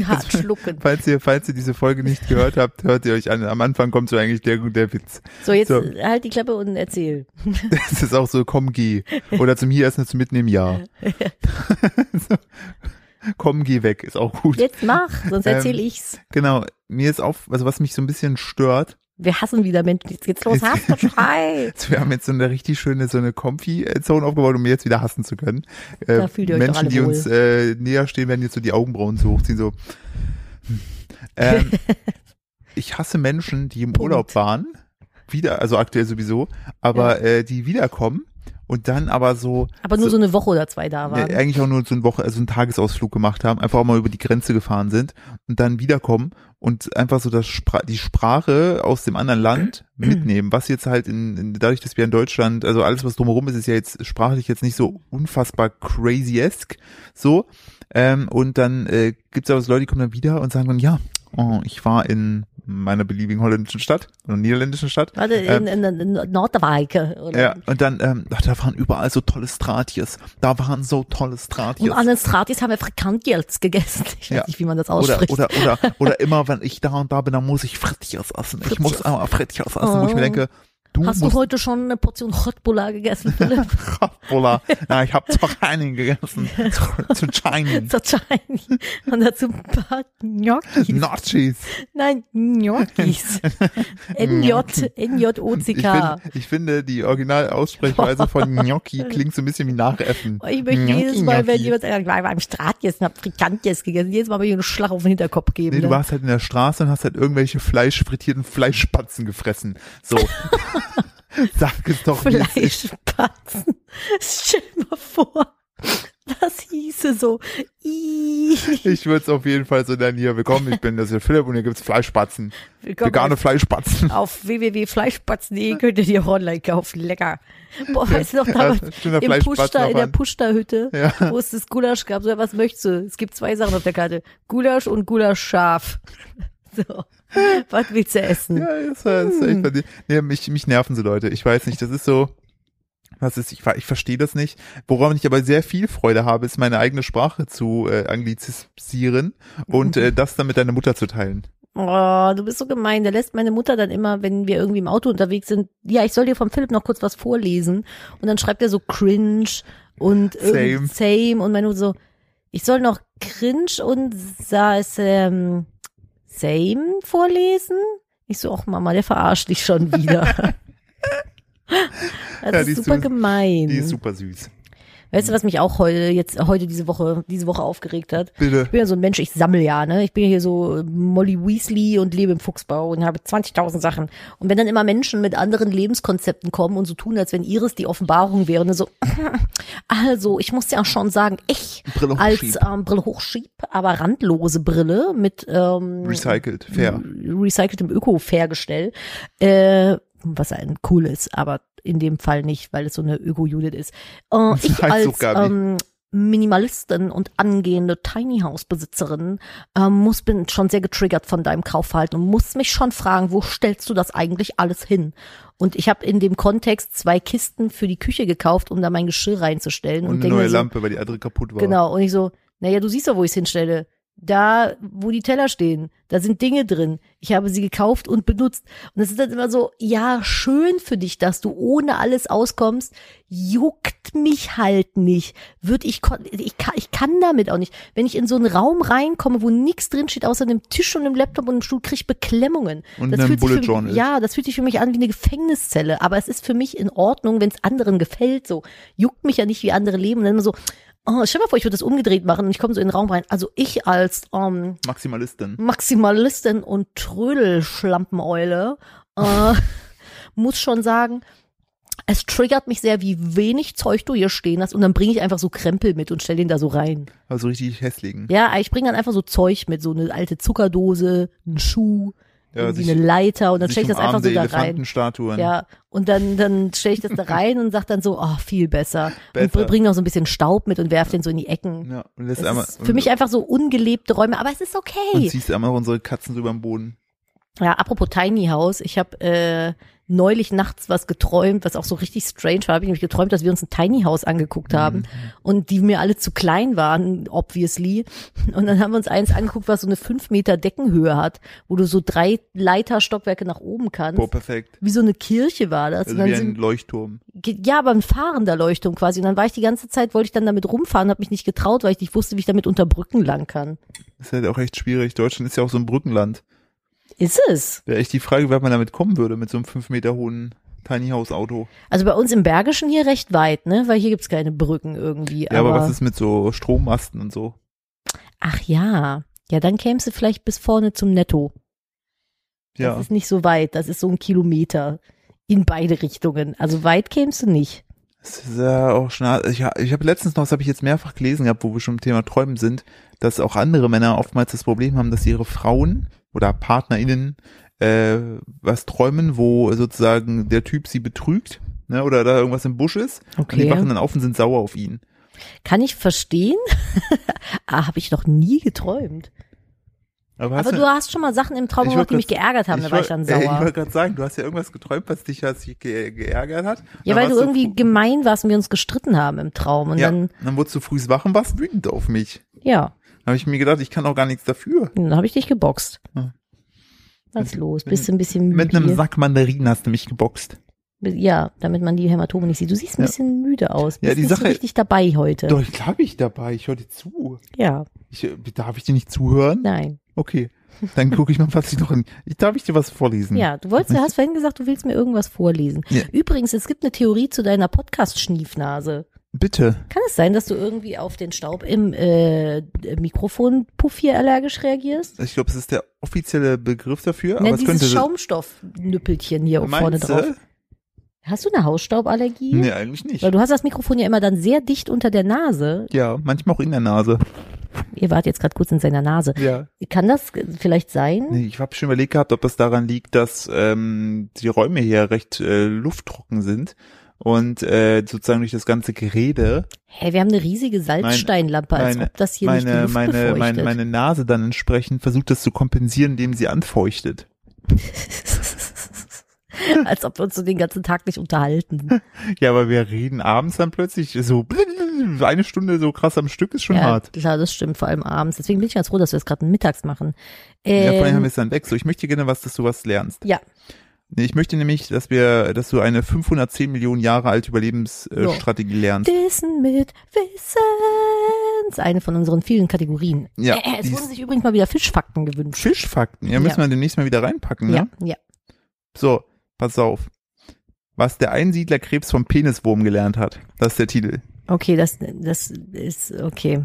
Hart schlucken.
Falls ihr, falls ihr diese Folge nicht gehört habt, hört ihr euch an. Am Anfang kommt so eigentlich der, der Witz.
So, jetzt
So.
halt die Klappe und erzähl.
Das ist auch so, komm, geh. Oder zum Hier erst nur zum Mitnehmen, ja. so. Komm, geh weg, ist auch gut.
Jetzt mach, sonst
Ähm,
erzähl ich's.
Genau, mir ist auf, also was mich so ein bisschen stört,
Wir hassen wieder Menschen. Jetzt geht's los.
Jetzt-
Hass doch frei.
Also Wir haben jetzt so eine richtig schöne, so eine Comfy-Zone aufgebaut, um jetzt wieder hassen zu können. Äh,
Da fühlt ihr euch doch
Menschen,
alle
die
wohl.
uns äh, näher stehen, werden jetzt so die Augenbrauen so hochziehen, so. Ähm, ich hasse Menschen, die im
Punkt.
Urlaub waren, wieder, also aktuell sowieso, aber äh, die wiederkommen und dann aber so,
Aber nur so, eine Woche oder zwei da
ne,
waren.
eigentlich auch nur so eine Woche, also einen Tagesausflug gemacht haben, einfach auch mal über die Grenze gefahren sind und dann wiederkommen und einfach so das Spra die Sprache aus dem anderen Land mitnehmen, was jetzt halt in, in dadurch, dass wir in Deutschland, also alles was drumherum ist, ist ja jetzt sprachlich jetzt nicht so unfassbar crazy-esque, so ähm, und dann äh, gibt's aber so Leute, die kommen dann wieder und sagen dann ja, oh, ich war in meiner beliebigen holländischen Stadt oder niederländischen Stadt
Warte, in, in, in Nordwalke. Oder?
ähm, ja, und dann, ähm, ach, da waren überall so tolle Stratjes. Da waren so tolle
Und
Stratjes.
an den Stratis haben wir Frikandjelz gegessen. Ich weiß
Ja.
nicht, wie man das
Oder,
ausspricht.
oder, oder, oder immer, wenn ich da und da bin, dann muss ich Frittjes essen. Ich muss
Frittjes.
einmal Frittjes essen, wo ich
Oh.
mir denke, du
Hast du
musst
heute schon eine Portion Chotbula gegessen, Philipp?
Kraftbulla. Na, ich habe zu Heinen gegessen. Zu, zu Chinin.
Wahrscheinlich. Und dazu ein paar Gnocchis.
Nachos.
Nein, Gnocchis. NJ,
Ich,
NJOCK.
find, ich finde, die Originalaussprechweise von Gnocchi klingt so ein bisschen wie nachäffen.
Oh, Ich möchte
Gnocchi,
jedes Mal, wenn
Gnocchi.
jemand sagt, ich war beim Stratjes und hab Frikandjes gegessen, jedes Mal will ich einen Schlag auf den Hinterkopf geben.
Nee, du
ne?
warst halt in der Straße und hast halt irgendwelche Fleisch frittierten Fleischspatzen gefressen. So. Sag es doch wie es ist.
Fleischspatzen. Stell dir mal vor, das hieße so. Ih.
Ich würde es auf jeden Fall so nennen. Hier, willkommen, ich bin das hier Philipp und hier gibt's Fleischspatzen.
Willkommen
Vegane Fleischspatzen.
auf www.fleischspatzen.de könnt ihr die auch online kaufen. Lecker. Boah, weißt du noch damals
Ja, schöner
im
Fleischspatzen
Pushta,
auf
in der
ein-
Pushta-Hütte,
Ja.
wo es das Gulasch gab. So, was möchtest du? Es gibt zwei Sachen auf der Karte. Gulasch und Gulaschschaf. So. Was willst du essen? Hm.
Ja, das war, das war echt verdient. nee, mich, mich nerven so Leute. Ich weiß nicht, das ist so, was ist, ich, ver- ich verstehe das nicht. Woran ich aber sehr viel Freude habe, ist meine eigene Sprache zu äh, anglizisieren und
Mhm.
äh, das dann mit deiner Mutter zu teilen.
Oh, du bist so gemein. Da lässt meine Mutter dann immer, wenn wir irgendwie im Auto unterwegs sind, ja, ich soll dir von Philipp noch kurz was vorlesen. Und dann schreibt er so cringe und
Same.
irgend- same. Und meine Mutter so, ich soll noch cringe und sa- ähm, same vorlesen? Ich so, ach Mama, der verarscht dich schon wieder. Das
Ja, die
ist
ist
super
süß.
gemein.
Die ist super süß.
Weißt du, was mich auch heute, jetzt, heute diese Woche, diese Woche aufgeregt hat?
Bitte.
Ich bin ja so ein Mensch, ich sammle ja, ne? Ich bin ja hier so Molly Weasley und lebe im Fuchsbau und habe 20.000 Sachen. Und wenn dann immer Menschen mit anderen Lebenskonzepten kommen und so tun, als wenn ihres die Offenbarung wäre, ne? so, also, ich muss ja schon sagen, ich
Brille
als
hochschieb.
ähm, Brille hochschieb, aber randlose Brille mit ähm,
Recycelt, fair.
recyceltem Öko-Fairgestell, äh, was ein cool ist, aber in dem Fall nicht, weil es so eine Öko-Unit ist. Äh, ich
Heißt so,
als
Gabi.
ähm, Minimalistin und angehende Tiny House Besitzerin ähm, muss bin schon sehr getriggert von deinem Kaufverhalten und muss mich schon fragen, wo stellst du das eigentlich alles hin? Und ich habe in dem Kontext zwei Kisten für die Küche gekauft, um da mein Geschirr reinzustellen
Und
und,
eine
denke
neue
so,
Lampe, weil die andere kaputt war.
Genau, und ich so, naja, du siehst doch, wo ich es hinstelle. Da, wo die Teller stehen, da sind Dinge drin. Ich habe sie gekauft und benutzt. Und es ist dann immer so, ja, schön für dich, dass du ohne alles auskommst. Juckt mich halt nicht. Würd ich, kon- ich, kann, ich kann damit auch nicht. Wenn ich in so einen Raum reinkomme, wo nichts drin steht, außer einem Tisch und einem Laptop und einem Stuhl, krieg ich Beklemmungen.
Und einem
fühlt sich
Bullet
für,
Journal.
Ja, das fühlt sich für mich an wie eine Gefängniszelle. Aber es ist für mich in Ordnung, wenn es anderen gefällt. So juckt mich ja nicht, wie andere leben. Und dann immer so, oh, stell mal vor, ich würde das umgedreht machen und ich komme so in den Raum rein. Also ich als ähm,
Maximalistin.
Maximalistin und Trödelschlampeneule äh, muss schon sagen, es triggert mich sehr, wie wenig Zeug du hier stehen hast und dann bringe ich einfach so Krempel mit und stell den da so rein.
Also richtig hässlichen.
Ja, ich bringe dann einfach so Zeug mit, so eine alte Zuckerdose, einen Schuh,
Ja,
irgendwie
sich-
eine Leiter und dann stelle ich das einfach so da rein.
Elefantenstatuen.
Ja, und dann, dann stelle ich das da rein und sag dann so, oh, viel besser.
Besser.
Und bring noch so ein bisschen Staub mit und werf den so in die Ecken.
Ja, und lässt
Es
einmal,
ist für mich einfach so ungelebte Räume, aber es ist
und,
okay.
und ziehst einmal unsere Katzen so über den Boden.
Ja, apropos Tiny House, ich habe äh, neulich nachts was geträumt, was auch so richtig strange war. Habe ich nämlich geträumt, dass wir uns ein Tiny House angeguckt
Mhm.
haben und die mir alle zu klein waren, obviously. Und dann haben wir uns eins angeguckt, was so eine fünf Meter Deckenhöhe hat, wo du so drei Leiterstockwerke nach oben kannst.
Boah, perfekt.
Wie so eine Kirche war das. Und
Also
dann
wie
sind-
ein Leuchtturm.
Ge- ja, aber ein fahrender Leuchtturm quasi. Und dann war ich die ganze Zeit, wollte ich dann damit rumfahren, habe mich nicht getraut, weil ich nicht wusste, wie ich damit unter Brücken lang kann.
Ist ja auch echt schwierig. Deutschland ist ja auch so ein Brückenland.
Ist es?
Wäre echt die Frage, wer man damit kommen würde, mit so einem fünf Meter hohen Tiny House Auto.
Also bei uns im Bergischen hier recht weit, ne? Weil hier gibt's keine Brücken irgendwie.
Ja, aber, was ist mit so Strommasten und so?
Ach ja. Ja, dann kämst du vielleicht bis vorne zum Netto. Das
Ja,
ist nicht so weit. Das ist so ein Kilometer. In beide Richtungen. Also weit kämst du nicht.
es ist ja auch schon, ich, ha- ich habe letztens noch, das habe ich jetzt mehrfach gelesen gehabt, wo wir schon im Thema Träumen sind, dass auch andere Männer oftmals das Problem haben, dass ihre Frauen oder PartnerInnen äh, was träumen, wo sozusagen der Typ sie betrügt, ne, oder da irgendwas im Busch ist. Und die
Okay.
wachen dann auf und sind sauer auf ihn.
Kann ich verstehen? ah, habe ich noch nie geträumt.
hast
Aber du hast schon mal Sachen im Traum
Ich
gemacht, die
wollt
mich geärgert haben. Da war ich
woll-
dann
äh,
sauer.
Ich wollte gerade sagen, du hast ja irgendwas geträumt, was dich hast, ge geärgert hat.
Ja,
Dann
weil
warst
du irgendwie
fr-
gemein warst und wir uns gestritten haben im Traum. Und
ja,
dann,
dann, wurdest du früh wach und warst wütend auf mich.
ja,
Dann habe ich mir gedacht, ich kann auch gar nichts dafür.
dann habe ich dich geboxt.
Ja.
Was ist los?
mit-
Bist du ein bisschen müde?
Mit einem Sack Mandarinen hast du mich geboxt.
Ja, damit man die Hämatome nicht sieht. Du siehst ein
Ja.
bisschen müde aus.
Ja,
Bist
die
nicht
Sache-
so richtig dabei heute.
Doch, ich glaube ich dabei. Ich höre dir zu.
Ja,
Ich, äh, darf ich dir nicht zuhören?
nein.
Okay. Dann gucke ich mal, was ich noch in. Ich, darf ich dir was vorlesen?
Ja, du wolltest, du hast vorhin gesagt, du willst mir irgendwas vorlesen.
Hm. Ja.
Übrigens, es gibt eine Theorie zu deiner Podcast-Schniefnase.
Bitte.
Kann es sein, dass du irgendwie auf den Staub im äh, Mikrofonpuff hier allergisch reagierst?
Ich glaube, es ist der offizielle Begriff dafür.
Na,
aber es könnte.
dieses Schaumstoffnüppelchen hier vorne
Meinst du?
drauf. Hast du eine Hausstauballergie?
Nee, eigentlich nicht.
Weil du hast das Mikrofon ja immer dann sehr dicht unter der Nase.
Ja, manchmal auch in der Nase.
Ihr wart jetzt gerade kurz in seiner Nase.
Ja.
Kann das g- vielleicht sein?
Nee, ich habe schon überlegt gehabt, ob das daran liegt, dass ähm, die Räume hier recht äh, lufttrocken sind und äh, sozusagen durch das ganze Gerede
Hey, wir haben eine riesige Salzsteinlampe, als
meine-
ob das hier nicht die
meine
Luft
meine,
befeuchtet.
meine meine Nase dann entsprechend versucht, das zu kompensieren, indem sie anfeuchtet.
Als ob wir uns so den ganzen Tag nicht unterhalten.
Ja, aber wir reden abends dann plötzlich so eine Stunde so krass am Stück ist schon
ja,
hart.
klar, das stimmt, vor allem abends. Deswegen bin ich ganz froh, dass wir es gerade mittags machen.
Ja, vor allem haben wir
Ähm,
es dann weg. So, ich möchte gerne was, dass du was lernst.
ja,
Nee, ich möchte nämlich, dass wir, dass du eine 510 Millionen Jahre alte
So.
Überlebensstrategie äh, Strategie lernst.
Ähm, Wissen mit Wissen. ist eine von unseren vielen Kategorien.
Ja,
äh, es
dies-
wurden sich übrigens mal wieder Fischfakten gewünscht.
Fischfakten, ja, müssen
Ja.
wir demnächst mal wieder reinpacken, ne?
Ja, ja.
So, pass auf. Was der Einsiedler Krebs vom Peniswurm gelernt hat. Das ist der Titel.
Okay, das, das ist okay.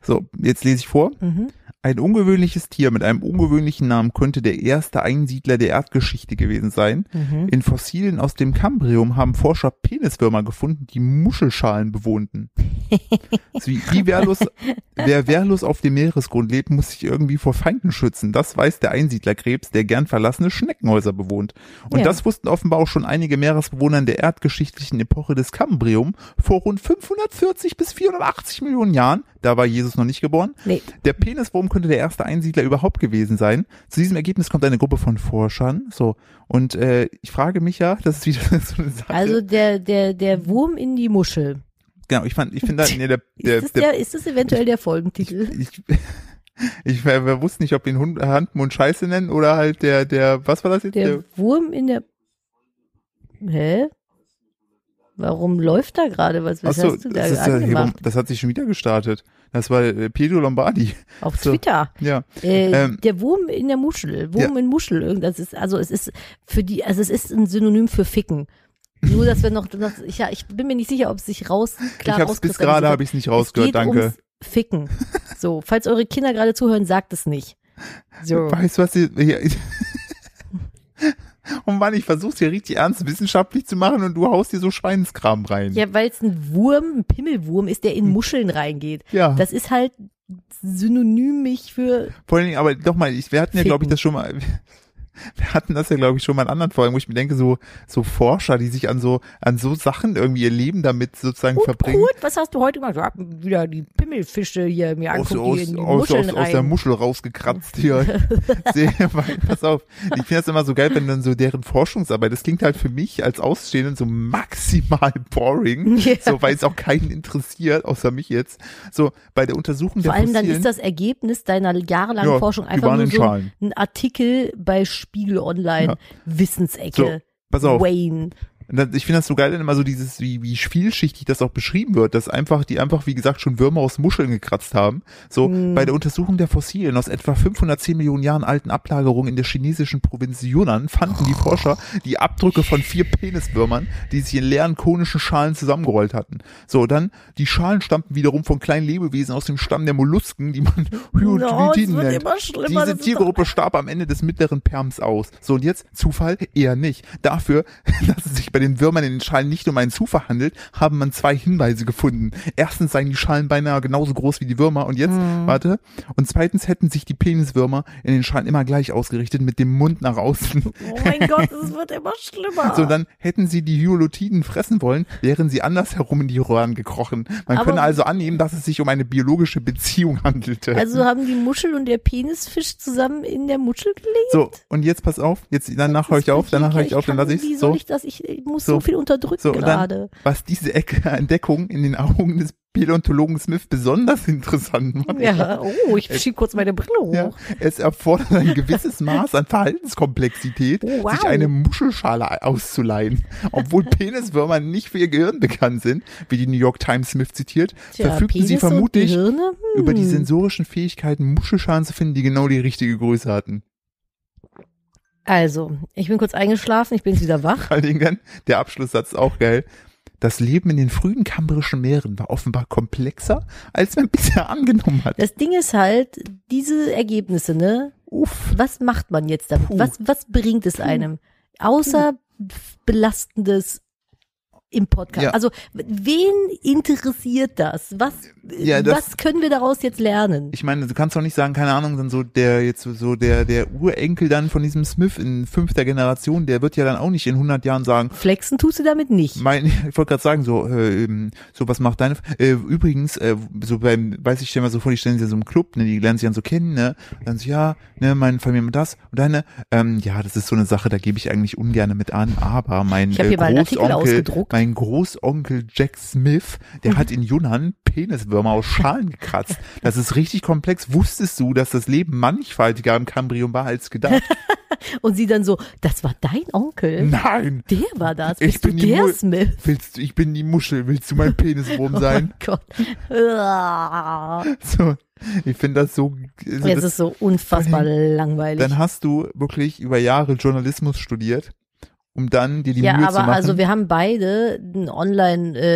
So, jetzt lese ich vor.
Mhm.
Ein ungewöhnliches Tier mit einem ungewöhnlichen Namen könnte der erste Einsiedler der Erdgeschichte gewesen sein.
Mhm.
In Fossilien aus dem Kambrium haben Forscher Peniswürmer gefunden, die Muschelschalen bewohnten. Wie, wie wehrlos, wer wehrlos auf dem Meeresgrund lebt, muss sich irgendwie vor Feinden schützen. Das weiß der Einsiedlerkrebs, der gern verlassene Schneckenhäuser bewohnt. Und
Ja.
das wussten offenbar auch schon einige Meeresbewohner in der erdgeschichtlichen Epoche des Kambrium vor rund 540 bis 480 Millionen Jahren. Da war Jesus noch nicht geboren.
Nee,
Der Peniswurm könnte der erste Einsiedler überhaupt gewesen sein. Zu diesem Ergebnis kommt eine Gruppe von Forschern. So, und äh, ich frage mich ja, das ist wieder so eine Sache.
also der, der, der Wurm in die Muschel.
genau, ich fand, ich finde, nee, der,
Ist,
der,
das,
der,
der, ist das eventuell der Folgentitel?
ich, ich wer- wer wusste nicht, ob wir ihn Hund, Hand, Mund Scheiße nennen oder halt der, der, was war das jetzt?
Der Wurm in der. Hä? Warum läuft da gerade was? Was
achso,
hast du da
das, ist ja, hier rum-
angemacht?
das hat sich schon wieder gestartet. Das war äh, Pedro Lombardi.
Auf
so.
Twitter.
Ja,
Äh,
Ähm,
der Wurm in der Muschel. Wurm in Muschel. Irgendwas ist, also es ist für die, also es ist ein Synonym für Ficken. Nur, dass wir noch, dass, ich, ja, ich bin mir nicht sicher, ob es sich raus,
ich
klar
hab's bis
rauskristallisiert
gerade
hat.
habe ich es nicht
es
rausgehört,
geht
danke.
Ums Ficken. So, falls eure Kinder gerade zuhören, sagt es nicht. So.
Weißt du, was hier. hier oh Mann, ich versuch's hier richtig ernst wissenschaftlich zu machen und du haust dir so Schweinskram rein.
Ja, weil es ein Wurm, ein Pimmelwurm ist, der in
Hm.
Muscheln reingeht.
Ja.
Das ist halt synonymig für
Vor allen Dingen, aber doch mal, ich, wir hatten ja, glaube ich, das schon mal. Wir hatten das ja, glaube ich, schon mal in anderen Folgen, wo ich mir denke, so, so Forscher, die sich an so, an so Sachen irgendwie ihr Leben damit sozusagen
gut,
verbringen.
gut, was hast du heute gemacht? Ich hab wieder die Pimmelfische hier mir
Aus,
angucken, die
aus,
in die
aus,
Muscheln
aus, aus der
rein.
Muschel rausgekratzt hier. Sehr, weil, pass auf. Ich finde das immer so geil, wenn dann so deren Forschungsarbeit, das klingt halt für mich als Außenstehenden so maximal boring.
Ja.
So, weil es auch keinen interessiert, außer mich jetzt. So, bei der Untersuchung
Vor
der
allem dann
Fossilien,
ist das Ergebnis deiner jahrelangen
Ja,
Forschung
die
einfach
waren
nur
in
so
Schalen.
ein Artikel bei Spiegel Online
Ja.
Wissensecke.
pass auf.
Wayne.
Und dann- Ich finde das so geil, wenn immer so dieses, wie, wie vielschichtig das auch beschrieben wird, dass einfach, die einfach, wie gesagt, schon Würmer aus Muscheln gekratzt haben. So,
Mhm.
bei der Untersuchung der Fossilien aus etwa 510 Millionen Jahren alten Ablagerungen in der chinesischen Provinz Yunnan fanden
Oh.
die Forscher die Abdrücke von vier Peniswürmern, die sich in leeren konischen Schalen zusammengerollt hatten. So, dann, die Schalen stammten wiederum von kleinen Lebewesen aus dem Stamm der Mollusken, die man
No, es
Hyotididen
wird
nennt.
immer schlimmer. das
Diese
ist
Tiergruppe starb am Ende des mittleren Perms aus. So, und jetzt Zufall eher nicht. Dafür, dass es sich bei den Würmern in den Schalen nicht um einen Zufall handelt, haben man zwei Hinweise gefunden. Erstens seien die Schalen beinahe genauso groß wie die Würmer und jetzt,
Mhm.
warte, und zweitens hätten sich die Peniswürmer in den Schalen immer gleich ausgerichtet mit dem Mund nach außen.
doch- Oh mein Gott, es wird immer schlimmer.
So, dann hätten sie die Hyolotiden fressen wollen, wären sie andersherum in die Röhren gekrochen. Man
Aber-
könne also annehmen, dass es sich um eine biologische Beziehung handelte.
also haben die Muschel und der Penisfisch zusammen in der Muschel gelegt?
So, und jetzt pass auf, jetzt danach höre ich auf, danach höre ich auf, dann lasse
Wie
ich
soll
so.
ich das? Ich, ich muss so,
So.
viel unterdrücken
So, und dann,
gerade.
was diese Ecke Entdeckung in den Augen des Paläontologen Smith besonders interessant macht.
Ja, oh, ich schieb kurz meine Brille hoch.
Äh. Ja, es erfordert ein gewisses Maß an Verhaltenskomplexität,
Oh, wow.
sich eine Muschelschale auszuleihen. Obwohl Peniswürmer nicht für ihr Gehirn bekannt sind, wie die New York Times Smith zitiert,
Tja,
verfügten
Penis
sie vermutlich
Und Gehirne? Hm.
über die sensorischen Fähigkeiten, Muschelschalen zu finden, die genau die richtige Größe hatten.
Also, ich bin kurz eingeschlafen, ich bin jetzt wieder wach.
Vor allen Dingen dann der Abschlusssatz auch geil. Das Leben in den frühen kambrischen Meeren war offenbar komplexer, als man bisher angenommen hat.
Das Ding ist halt, diese Ergebnisse, ne?
Uff.
Was macht man jetzt damit?
Puh.
Was, was bringt es einem? Außer f- belastendes im Podcast.
Ja.
Also wen interessiert das? Was,
Ja, das-
was können wir daraus jetzt lernen?
Ich meine, du kannst doch nicht sagen, keine Ahnung, dann so der jetzt so der der Urenkel dann von diesem Smith in fünfter Generation, der wird ja dann auch nicht in 100 Jahren sagen,
Flexen tust du damit nicht.
mein, ich wollte gerade sagen, so, äh, ähm, so was macht deine, F- äh, übrigens, äh, so beim, weiß ich stell mal so vor, die stellen sich in so einem Club, ne, die lernen sich dann so kennen, ne, und dann so, ja, ne, meine Familie macht das und deine, ähm, ja, das ist so eine Sache, da gebe ich eigentlich ungerne mit an, aber mein
Ich hab
äh,
hier mal einen Artikel
Großonkel,
ausgedruckt.
mein Großonkel Jack Smith, der hat in Yunnan Peniswürmer aus Schalen gekratzt. Das ist richtig komplex. Wusstest du, dass das Leben mannigfaltiger im Kambrium war als gedacht?
Und sie dann so, das war dein Onkel?
Nein!
Der war das.
Ich
Bist du
bin die
der
Mul-
Smith?
Willst du, ich bin die Muschel, willst du mein Peniswurm sein?
Oh Gott. Ah.
So, ich finde das so. Also
Es
das,
ist so unfassbar langweilig.
dann hast du wirklich über Jahre Journalismus studiert, um dann dir die
ja,
Mühe zu
aber
machen.
also wir haben beide ein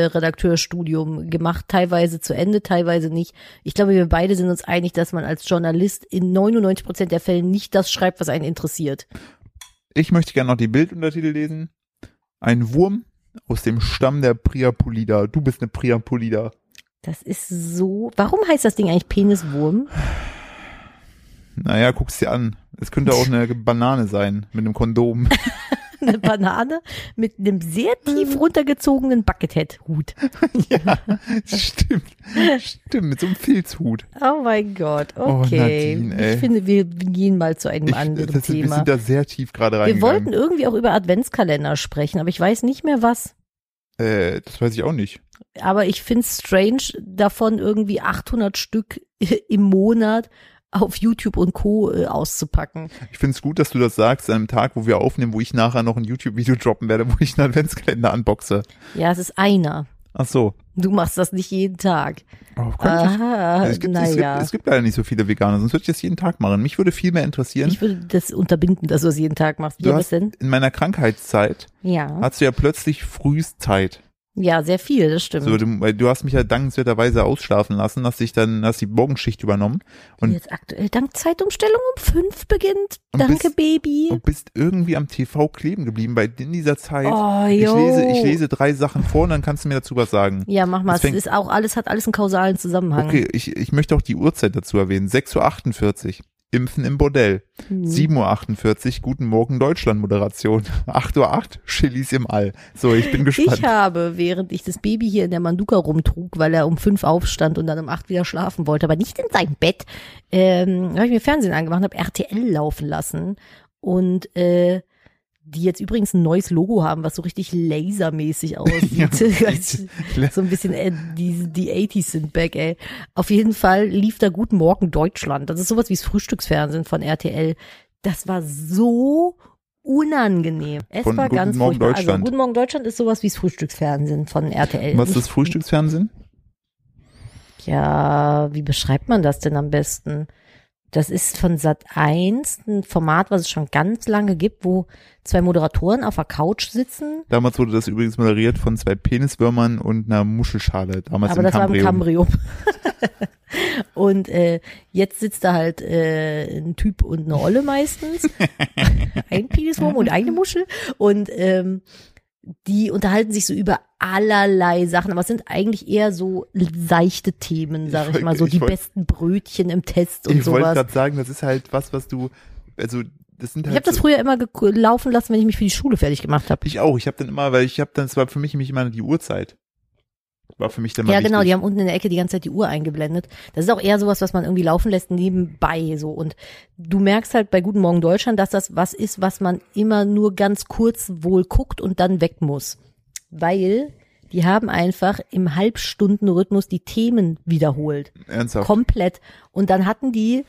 Online-Redakteurstudium gemacht, teilweise zu Ende, teilweise nicht. Ich glaube, wir beide sind uns einig, dass man als Journalist in 99 Prozent der Fälle nicht das schreibt, was einen interessiert.
ich möchte gerne noch die Bilduntertitel lesen. Ein Wurm aus dem Stamm der Priapolida. Du bist eine Priapolida.
Das ist so. Warum heißt das Ding eigentlich Peniswurm?
Naja, guck's dir an. Es könnte auch eine Banane sein mit einem Kondom.
Eine Banane mit einem sehr
Hm.
tief runtergezogenen Buckethead-Hut.
ja, stimmt. Stimmt, mit so einem Filzhut.
Oh mein Gott,
Oh,
okay.
Nadine, ey.
ich finde, wir gehen mal zu einem
Ich, äh,
anderen
das, wir
Thema.
sind da sehr tief gerade
Wir
reingegangen.
wollten irgendwie auch über Adventskalender sprechen, aber ich weiß nicht mehr was.
äh, das weiß ich auch nicht.
Aber ich finde es strange, davon irgendwie 800 Stück im Monat auf YouTube und Co. äh, auszupacken.
Ich finde es gut, dass du das sagst an einem Tag, wo wir aufnehmen, wo ich nachher noch ein YouTube-Video droppen werde, wo ich einen Adventskalender unboxe.
Ja, es ist einer.
Ach so.
Du machst das nicht jeden Tag.
Oh, könnte ich-
Aha,
es, gibt, es, gibt,
naja.
es gibt leider nicht so viele Veganer, sonst würde ich das jeden Tag machen. Mich würde viel mehr interessieren.
Ich würde das unterbinden, dass du es jeden Tag machst.
Du
Ja, was
hast
denn?
in meiner Krankheitszeit
Ja.
hast du ja plötzlich Frühzeit.
Ja, sehr viel, das stimmt.
So, du, weil du hast mich ja dankenswerterweise ausschlafen lassen, hast dich dann, hast die Morgenschicht übernommen und-
Jetzt aktuell dank Zeitumstellung um fünf beginnt.
Und
Danke,
Um bis-
Baby.
und bist irgendwie am TV kleben geblieben, weil in dieser Zeit
Oh,
um- ich
jo.
lese, ich lese drei Sachen vor und dann kannst du mir dazu was sagen.
Ja, mach mal.
Es
Es
fängt-
ist auch alles, hat alles einen kausalen Zusammenhang.
Okay, ich, ich möchte auch die Uhrzeit dazu erwähnen. 6.48 Uhr. Impfen im Bordell.
Hm.
7.48 Uhr. Guten Morgen Deutschland Moderation. 8.08 Uhr. Chilis im All. So, ich bin gespannt.
Ich habe, während ich das Baby hier in der Manduka rumtrug, weil er um fünf aufstand und dann um acht wieder schlafen wollte, aber nicht in sein Bett, ähm, habe ich mir Fernsehen angemacht und habe RTL laufen lassen. Und äh, die jetzt übrigens ein neues Logo haben, was so richtig lasermäßig
Ja,
aussieht.
richtig.
so ein bisschen, äh, die, die 80s sind back, ey. Auf jeden Fall lief da Guten Morgen Deutschland. Das ist sowas wie das Frühstücksfernsehen von RTL. Das war so unangenehm. Es
Von
war
Guten
ganz
Morgen
furchtbar. Also,
Deutschland.
Guten Morgen Deutschland ist sowas wie das Frühstücksfernsehen von RTL.
was ist das Frühstücksfernsehen?
Ja, wie beschreibt man das denn am besten? Das ist von Sat 1 ein Format, was es schon ganz lange gibt, wo zwei Moderatoren auf der Couch sitzen.
Damals wurde das übrigens moderiert von zwei Peniswürmern und einer Muschelschale. Damals
aber
im
das war im
Cambrium.
Cambrium. und äh, jetzt sitzt da halt äh, ein Typ und eine Olle meistens. ein Peniswurm und eine Muschel. Und ähm, die unterhalten sich so über allerlei Sachen, aber es sind eigentlich eher so seichte Themen,
Ich
sag ich,
wollt-
mal, so
ich
die
wollt-
besten Brötchen im Test und
ich wollte
sowas.
gerade sagen, das ist halt was, was du, also, das sind
Ich
halt
habe das
so,
früher immer gek- laufen lassen, wenn ich mich für die Schule fertig gemacht habe.
ich auch. Ich habe dann immer, weil ich habe dann, es war für mich nämlich immer die Uhrzeit. War für mich dann mal
Ja, genau,
wichtig.
die haben unten in der Ecke die ganze Zeit die Uhr eingeblendet. Das ist auch eher sowas, was man irgendwie laufen lässt nebenbei so und du merkst halt bei Guten Morgen Deutschland, dass das was ist, was man immer nur ganz kurz wohl guckt und dann weg muss, weil die haben einfach im Halbstundenrhythmus die Themen wiederholt.
Ernsthaft.
Komplett. Und dann hatten die,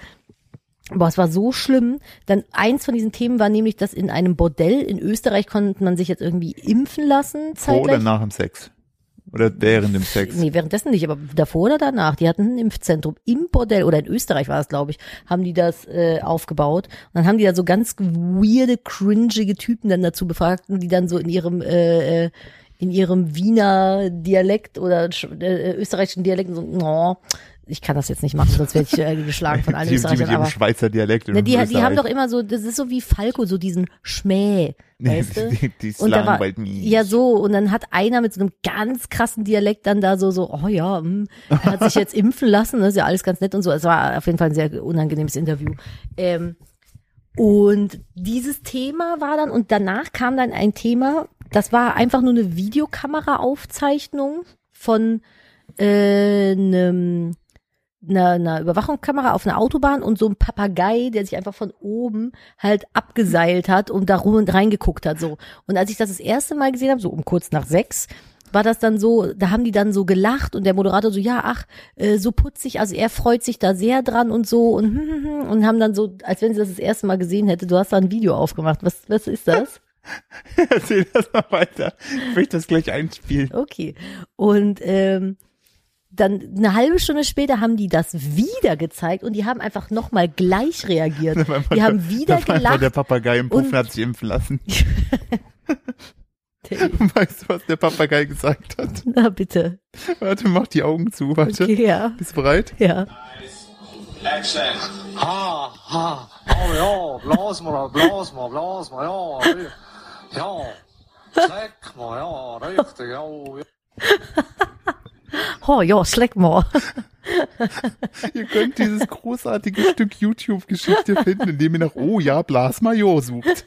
boah, es war so schlimm, dann eins von diesen Themen war nämlich, dass in einem Bordell in Österreich konnte man sich jetzt irgendwie impfen lassen,
Vor oder
zeitgleich.
nach dem Sex? Oder während dem Sex?
Nee, währenddessen nicht, aber davor oder danach. Die hatten ein Impfzentrum im Bordell oder in Österreich war es, glaube ich, haben die das äh, aufgebaut. Und dann haben die da so ganz weirde, cringige Typen dann dazu befragt, die dann so in ihrem äh, äh, in ihrem Wiener Dialekt oder sch- äh, österreichischen Dialekt so, no, ich kann das jetzt nicht machen, sonst werde ich äh, geschlagen von allen
die, die mit
Österreichern.
ihrem
Aber
Schweizer Dialekt.
ne, die, die haben doch
immer,
immer so, das ist so wie Falco, so diesen Schmäh, weißt du?
die, die
Und da war,
langweilt mich.
ja so, und dann hat einer mit so einem ganz krassen Dialekt dann da so, so, oh ja, hm, er hat sich jetzt impfen lassen, das ist ja alles ganz nett und so. Es war auf jeden Fall ein sehr unangenehmes Interview. Ähm, und dieses Thema war dann, und danach kam dann ein Thema, das war einfach nur eine Videokameraaufzeichnung von äh, einem einer, einer Überwachungskamera auf einer Autobahn und so ein Papagei, der sich einfach von oben halt abgeseilt hat und da rum und reingeguckt hat. So. Und als ich das das erste Mal gesehen habe, so um kurz nach sechs, war das dann so, da haben die dann so gelacht und der Moderator so, ja, ach, äh, so putzig, also er freut sich da sehr dran und so und, hm, hm, hm, und haben dann so, als wenn sie das das erste Mal gesehen hätte, du hast da ein Video aufgemacht, was, was ist das?
Erzähl das mal weiter. Ich möchte das gleich einspielen.
Okay. Und ähm, dann eine halbe Stunde später haben die das wieder gezeigt und die haben einfach nochmal gleich reagiert. Die haben wieder
da war einfach Der
gelacht.
Papagei im Puff
und-
hat sich impfen lassen. Weißt du, was der Papagei gesagt hat?
Na bitte.
Warte, mach die Augen zu, warte.
Okay, ja.
Bist du bereit?
Ja.
Excellent. Ha, ha. Oh ja, blas mal, blas mal, blas mal, ja. ri- Ja. Leck mal, ja, richtig, ja. ja.
Oh ja, schleck mal.
Ihr könnt dieses großartige Stück YouTube-Geschichte finden, indem ihr nach Oh ja, Blas Major sucht.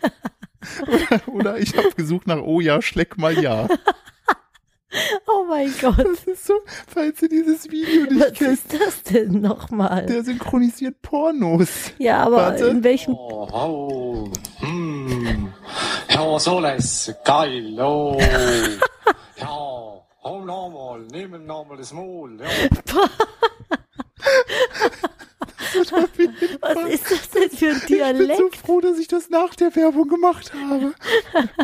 Oder, oder ich habe gesucht nach Oh ja, Schleck mal ja.
Oh mein Gott.
Das ist so, falls ihr dieses Video nicht
Was
kennt,
ist das denn nochmal?
der synchronisiert Pornos.
Ja, aber
Warte.
in welchem.
Oh, oh. Hm. Ja, so lässig, geil, oh. Ja. Oh, nochmal, nehmen nochmal das Maul, ja.
Was ist das denn für ein
Oh. Ich bin so
Dialekt?
froh, dass ich das nach der Werbung gemacht habe.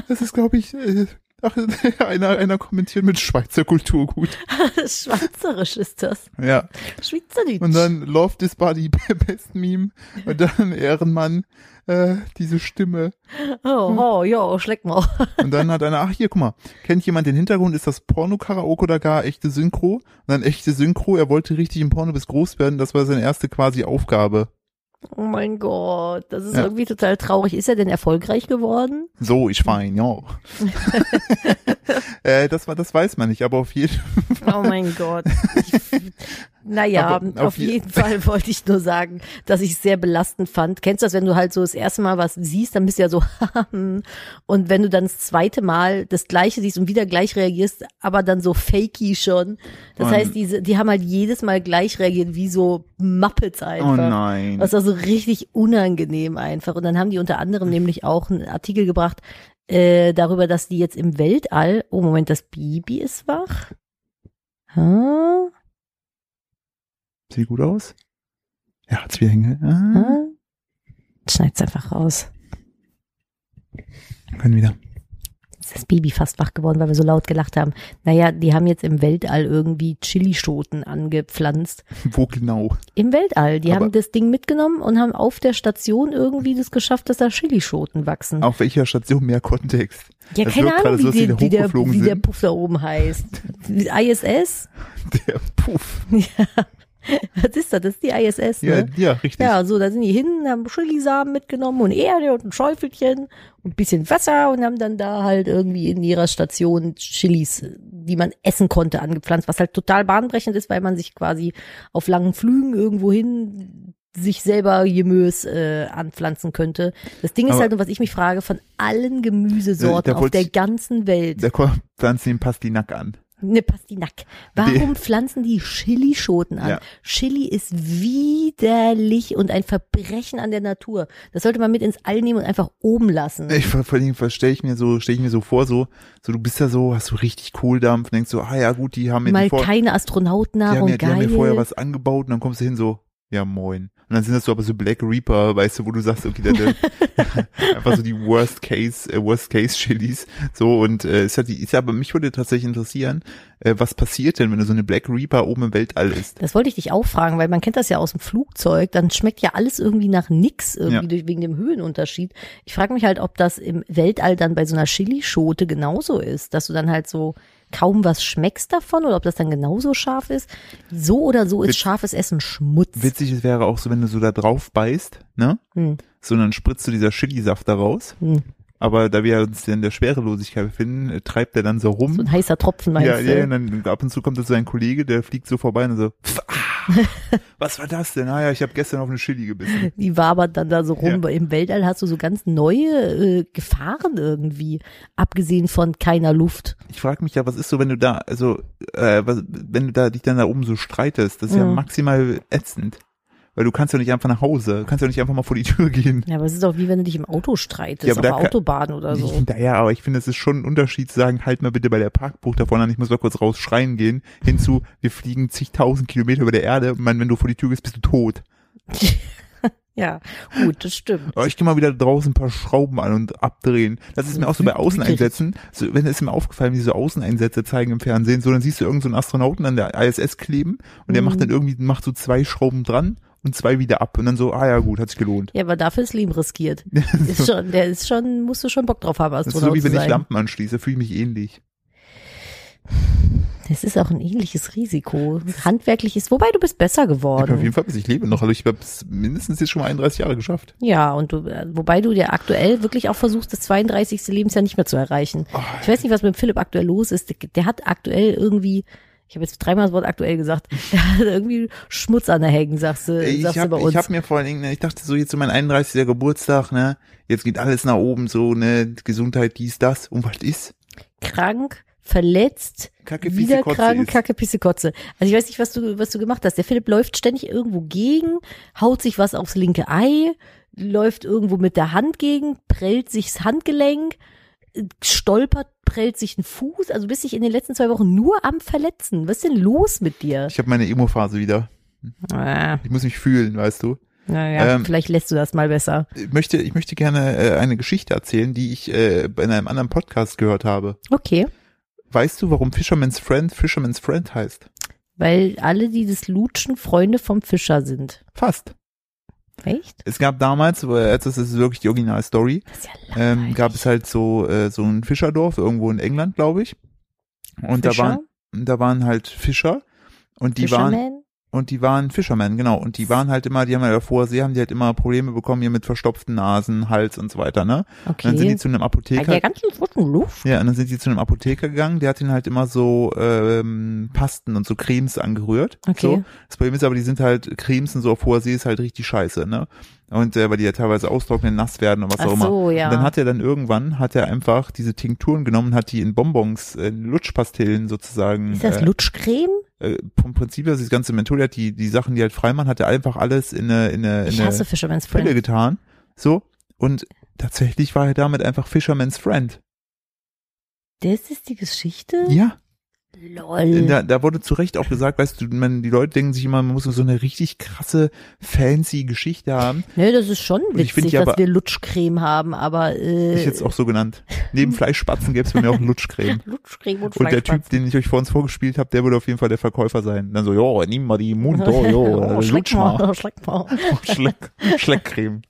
Das ist, glaube ich, äh, ach, einer, einer kommentiert mit Schweizer Kulturgut.
Schweizerisch ist das.
Ja.
Schweizerdeutsch.
Und dann Love this Body, Best Meme. Und dann Ehrenmann, äh, diese Stimme. Hm.
Oh, oh ja, schleck mal.
Und dann hat einer, ach hier, guck mal, kennt jemand den Hintergrund? Ist das Porno-Karaoke oder gar echte Synchro? Und dann echte Synchro, er wollte richtig im Porno bis groß werden, das war seine erste quasi Aufgabe.
Oh mein Gott, das ist
Ja.
irgendwie total traurig. Ist er denn erfolgreich geworden?
So, ich fein, ja. äh, das war, das weiß man nicht, aber auf jeden
Oh mein Gott. Ich- Naja,
Aber auf
auf
je-
jeden Fall wollte ich nur sagen, dass ich es sehr belastend fand. Kennst du das, wenn du halt so das erste Mal was siehst, dann bist du ja so, hm. und wenn du dann das zweite Mal das gleiche siehst und wieder gleich reagierst, aber dann so fakey schon. Das
Und-
heißt, diese, die haben halt jedes Mal gleich reagiert, wie so Muppets einfach. Also-
nein.
Das war so richtig unangenehm einfach. Und dann haben die unter anderem nämlich auch einen Artikel gebracht äh, darüber, dass die jetzt im Weltall. Oh Moment, das Baby ist wach. Ha?
Sieht gut aus? Ja, hat's wieder hinge. Ah,
Ha? Schneid's einfach raus.
können wieder.
Ist das Baby fast wach geworden, weil wir so laut gelacht haben. Naja, die haben jetzt im Weltall irgendwie Chilischoten angepflanzt.
Wo genau?
Im Weltall. Die
Aber-
haben das Ding mitgenommen und haben auf der Station irgendwie das geschafft, dass da Chilischoten wachsen.
Auf welcher Station mehr Kontext?
Ja,
Das
keine
wirkt gerade
Ahnung,
so,
wie,
als
die,
wenn die
wie, der,
hochgeflogen
wie der
sind.
Puff da oben heißt. ISS?
Der Puff.
Was ist das? Das ist die ISS,
Ja,
ne?
ja, richtig.
Ja, so, da sind die hin, haben Chilisamen mitgenommen und Erde und ein Schäufelchen und ein bisschen Wasser und haben dann da halt irgendwie in ihrer Station Chilis, die man essen konnte, angepflanzt, was halt total bahnbrechend ist, weil man sich quasi auf langen Flügen irgendwo hin sich selber Gemüse äh, anpflanzen könnte. Das Ding ist
Aber- Äh,
halt, und was ich mich frage, von allen Gemüsesorten
Da
auf
wollte
der
ich-
ganzen Welt.
Der kommt dann den Pastinak an.
Ne, Pastinak. Warum pflanzen die Chilischoten an?
Ja.
Chili ist widerlich und ein Verbrechen an der Natur. Das sollte man mit ins All nehmen und einfach oben lassen.
Ich, vor vor allem stelle ich mir so, stelle ich mir so vor, so, so du bist da so, hast so richtig Kohldampf, denkst so, ah ja gut, die haben mir
Mal
die vor,
keine
die haben,
Astronautennahrung,
ja, die haben
geil.
mir vorher was angebaut und dann kommst du hin so, ja moin. Und dann sind das so aber so Black Reaper, weißt du, wo du sagst, okay, dann, einfach so die Worst Case, äh, Worst Case Chilis. So und äh, ist ja die, ist ja, aber mich würde tatsächlich interessieren, äh, was passiert denn, wenn du so eine Black Reaper oben im Weltall ist?
das wollte ich dich auch fragen, weil man kennt das ja aus dem Flugzeug, dann schmeckt ja alles irgendwie nach nix, irgendwie
Ja.
durch, wegen dem Höhenunterschied. Ich frage mich halt, ob das im Weltall dann bei so einer Chilischote genauso ist, dass du dann halt so, kaum was schmeckst davon oder ob das dann genauso scharf ist. So oder so ist
Witz-
scharfes Essen Schmutz.
Witzig es wäre auch so, wenn du so da drauf beißt, ne?
Hm.
So, dann spritzt du dieser Chili-Saft da raus.
Hm.
Aber da wir uns in der Schwerelosigkeit befinden, äh, treibt er dann so rum.
So ein heißer Tropfen meinst
ja,
du?
ja, und dann ab und zu kommt da so ein Kollege, der fliegt so vorbei und so, pff, ah, was war das denn? Ah ja, ich habe gestern auf eine Chili gebissen.
Die wabert dann da so rum.
Ja.
Weil Im Weltall hast du so ganz neue äh, Gefahren irgendwie, abgesehen von keiner Luft.
Ich frage mich ja, was ist so, wenn du da, also, äh, was, wenn du da dich dann da oben so streitest, das ist ja
Mhm.
maximal ätzend. Weil du kannst ja nicht einfach nach Hause, du kannst ja nicht einfach mal vor die Tür gehen.
Ja, aber es ist auch wie wenn du dich im Auto streitest,
Ja,
auf
aber da
der
kann-
Autobahn oder so.
Naja, aber ich finde, es ist schon ein Unterschied zu sagen, halt mal bitte bei der Parkbucht davon an, ich muss mal kurz raus schreien gehen, hinzu, wir fliegen zigtausend Kilometer über der Erde, und man, wenn du vor die Tür gehst, bist du tot.
Ja, gut, das stimmt.
Aber Oh, ich gehe mal wieder draußen ein paar Schrauben an und abdrehen. Das ist mir auch so bei Außeneinsätzen, so, wenn es mir aufgefallen, wie so Außeneinsätze zeigen im Fernsehen, so dann siehst du irgendeinen so einen Astronauten an der ISS kleben und der
Mhm.
macht dann irgendwie, macht so zwei Schrauben dran und zwei wieder ab und dann so, ah ja gut, hat sich gelohnt.
Ja, aber dafür ist Leben riskiert. Ist schon, der ist schon, musst du schon Bock drauf haben,
Das
Astronaut
ist so wie
zu
wenn ich
sein.
Lampen anschließe, fühle ich mich ähnlich.
Das ist auch ein ähnliches Risiko. Handwerklich ist, wobei du bist besser
Ich bin auf
geworden.
jeden Fall, bis ich lebe noch, also ich habe es mindestens jetzt schon mal 31 Jahre geschafft.
Ja, und du, äh, wobei du ja aktuell wirklich auch versuchst, das 32. Lebensjahr nicht mehr zu erreichen.
Oh.
Ich weiß nicht, was mit Philipp aktuell los ist. Der, der hat aktuell irgendwie, ich habe jetzt dreimal das Wort aktuell gesagt, der hat irgendwie Schmutz an der Hängen, sagst du,
Ich
Äh, sagst du
habe
bei uns.
hab mir vor allen Dingen, ne, ich dachte so jetzt so mein 31. Geburtstag, ne, jetzt geht alles nach oben, so, ne, Gesundheit, dies, das und was ist?
krank, verletzt,
Kacke, Pisse,
wieder
Kotze
krank,
ist.
kacke, Pisse, Kotze. Also ich weiß nicht, was du, was du gemacht hast. Der Philipp läuft ständig irgendwo gegen, haut sich was aufs linke Ei, läuft irgendwo mit der Hand gegen, prellt sichs Handgelenk, äh, stolpert, prellt sich einen Fuß. Also bist dich in den letzten zwei Wochen nur am Verletzen. Was ist denn los mit dir?
Ich habe meine Emo-Phase wieder.
Ah,
Ich muss mich fühlen, weißt du.
naja,
Ähm,
vielleicht lässt du das mal besser.
Ich möchte, ich möchte gerne äh, eine Geschichte erzählen, die ich äh, bei einem anderen Podcast gehört habe.
Okay.
Weißt du, warum Fisherman's Friend Fisherman's Friend heißt?
Weil alle, die das lutschen, Freunde vom Fischer sind.
Fast.
Echt?
Es gab damals, äh, als das ist wirklich die Original-Story,
Das ist ja
ähm,
langweilig.
gab es halt so äh, so ein Fischerdorf irgendwo in England, glaube ich. Und
Fischer?
da waren da waren halt Fischer und die waren
Fisherman?
Und die waren Fishermen, genau. Und die waren halt immer, die haben ja davor, sie haben die halt immer Probleme bekommen hier mit verstopften Nasen, Hals und so weiter, ne?
Okay.
Und dann sind die zu einem
Bei
Apotheker.
der ganzen frischen Luft?
Ja, und dann sind die zu einem Apotheker gegangen, der hat ihnen halt immer so ähm, Pasten und so Cremes angerührt.
Okay.
So. Das Problem ist aber, die sind halt, Cremes und so auf hoher See ist halt richtig scheiße, ne? Und äh, weil die ja teilweise austrocknen, nass werden und was
Ach
auch immer.
so, ja.
Und dann hat er dann irgendwann, hat er einfach diese Tinkturen genommen und hat die in Bonbons, äh, in Lutschpastillen sozusagen.
Ist das
äh,
Lutschcreme?
äh, vom Prinzip her, das ganze Menthol, der hat die, die Sachen, die halt frei machen, hat er einfach alles in eine, in eine, in
Ich
eine
hasse Fisherman's
Pille
Friend.
getan. So. Und tatsächlich war er damit einfach Fisherman's Friend.
Das ist die Geschichte?
Ja.
Lol.
Da, da wurde zu Recht auch gesagt, weißt du, man, die Leute denken sich immer, man muss so eine richtig krasse, fancy Geschichte haben.
ne, das ist schon
ich find
witzig,
ja
dass
aber-
wir Lutschcreme haben, aber äh,
Ich jetzt auch so genannt. Neben Fleischspatzen gäbe es bei mir auch Lutschcreme.
Lutschcreme und,
Und der Typ,
Fleischspatzen.
den ich euch vor uns vorgespielt habe, der würde auf jeden Fall der Verkäufer sein. Dann so, jo, nimm mal die im Mund, oh, jo,
oh, schleck
lutsch mal. Oh,
mal, schleck mal.
Schleck, Schleckcreme.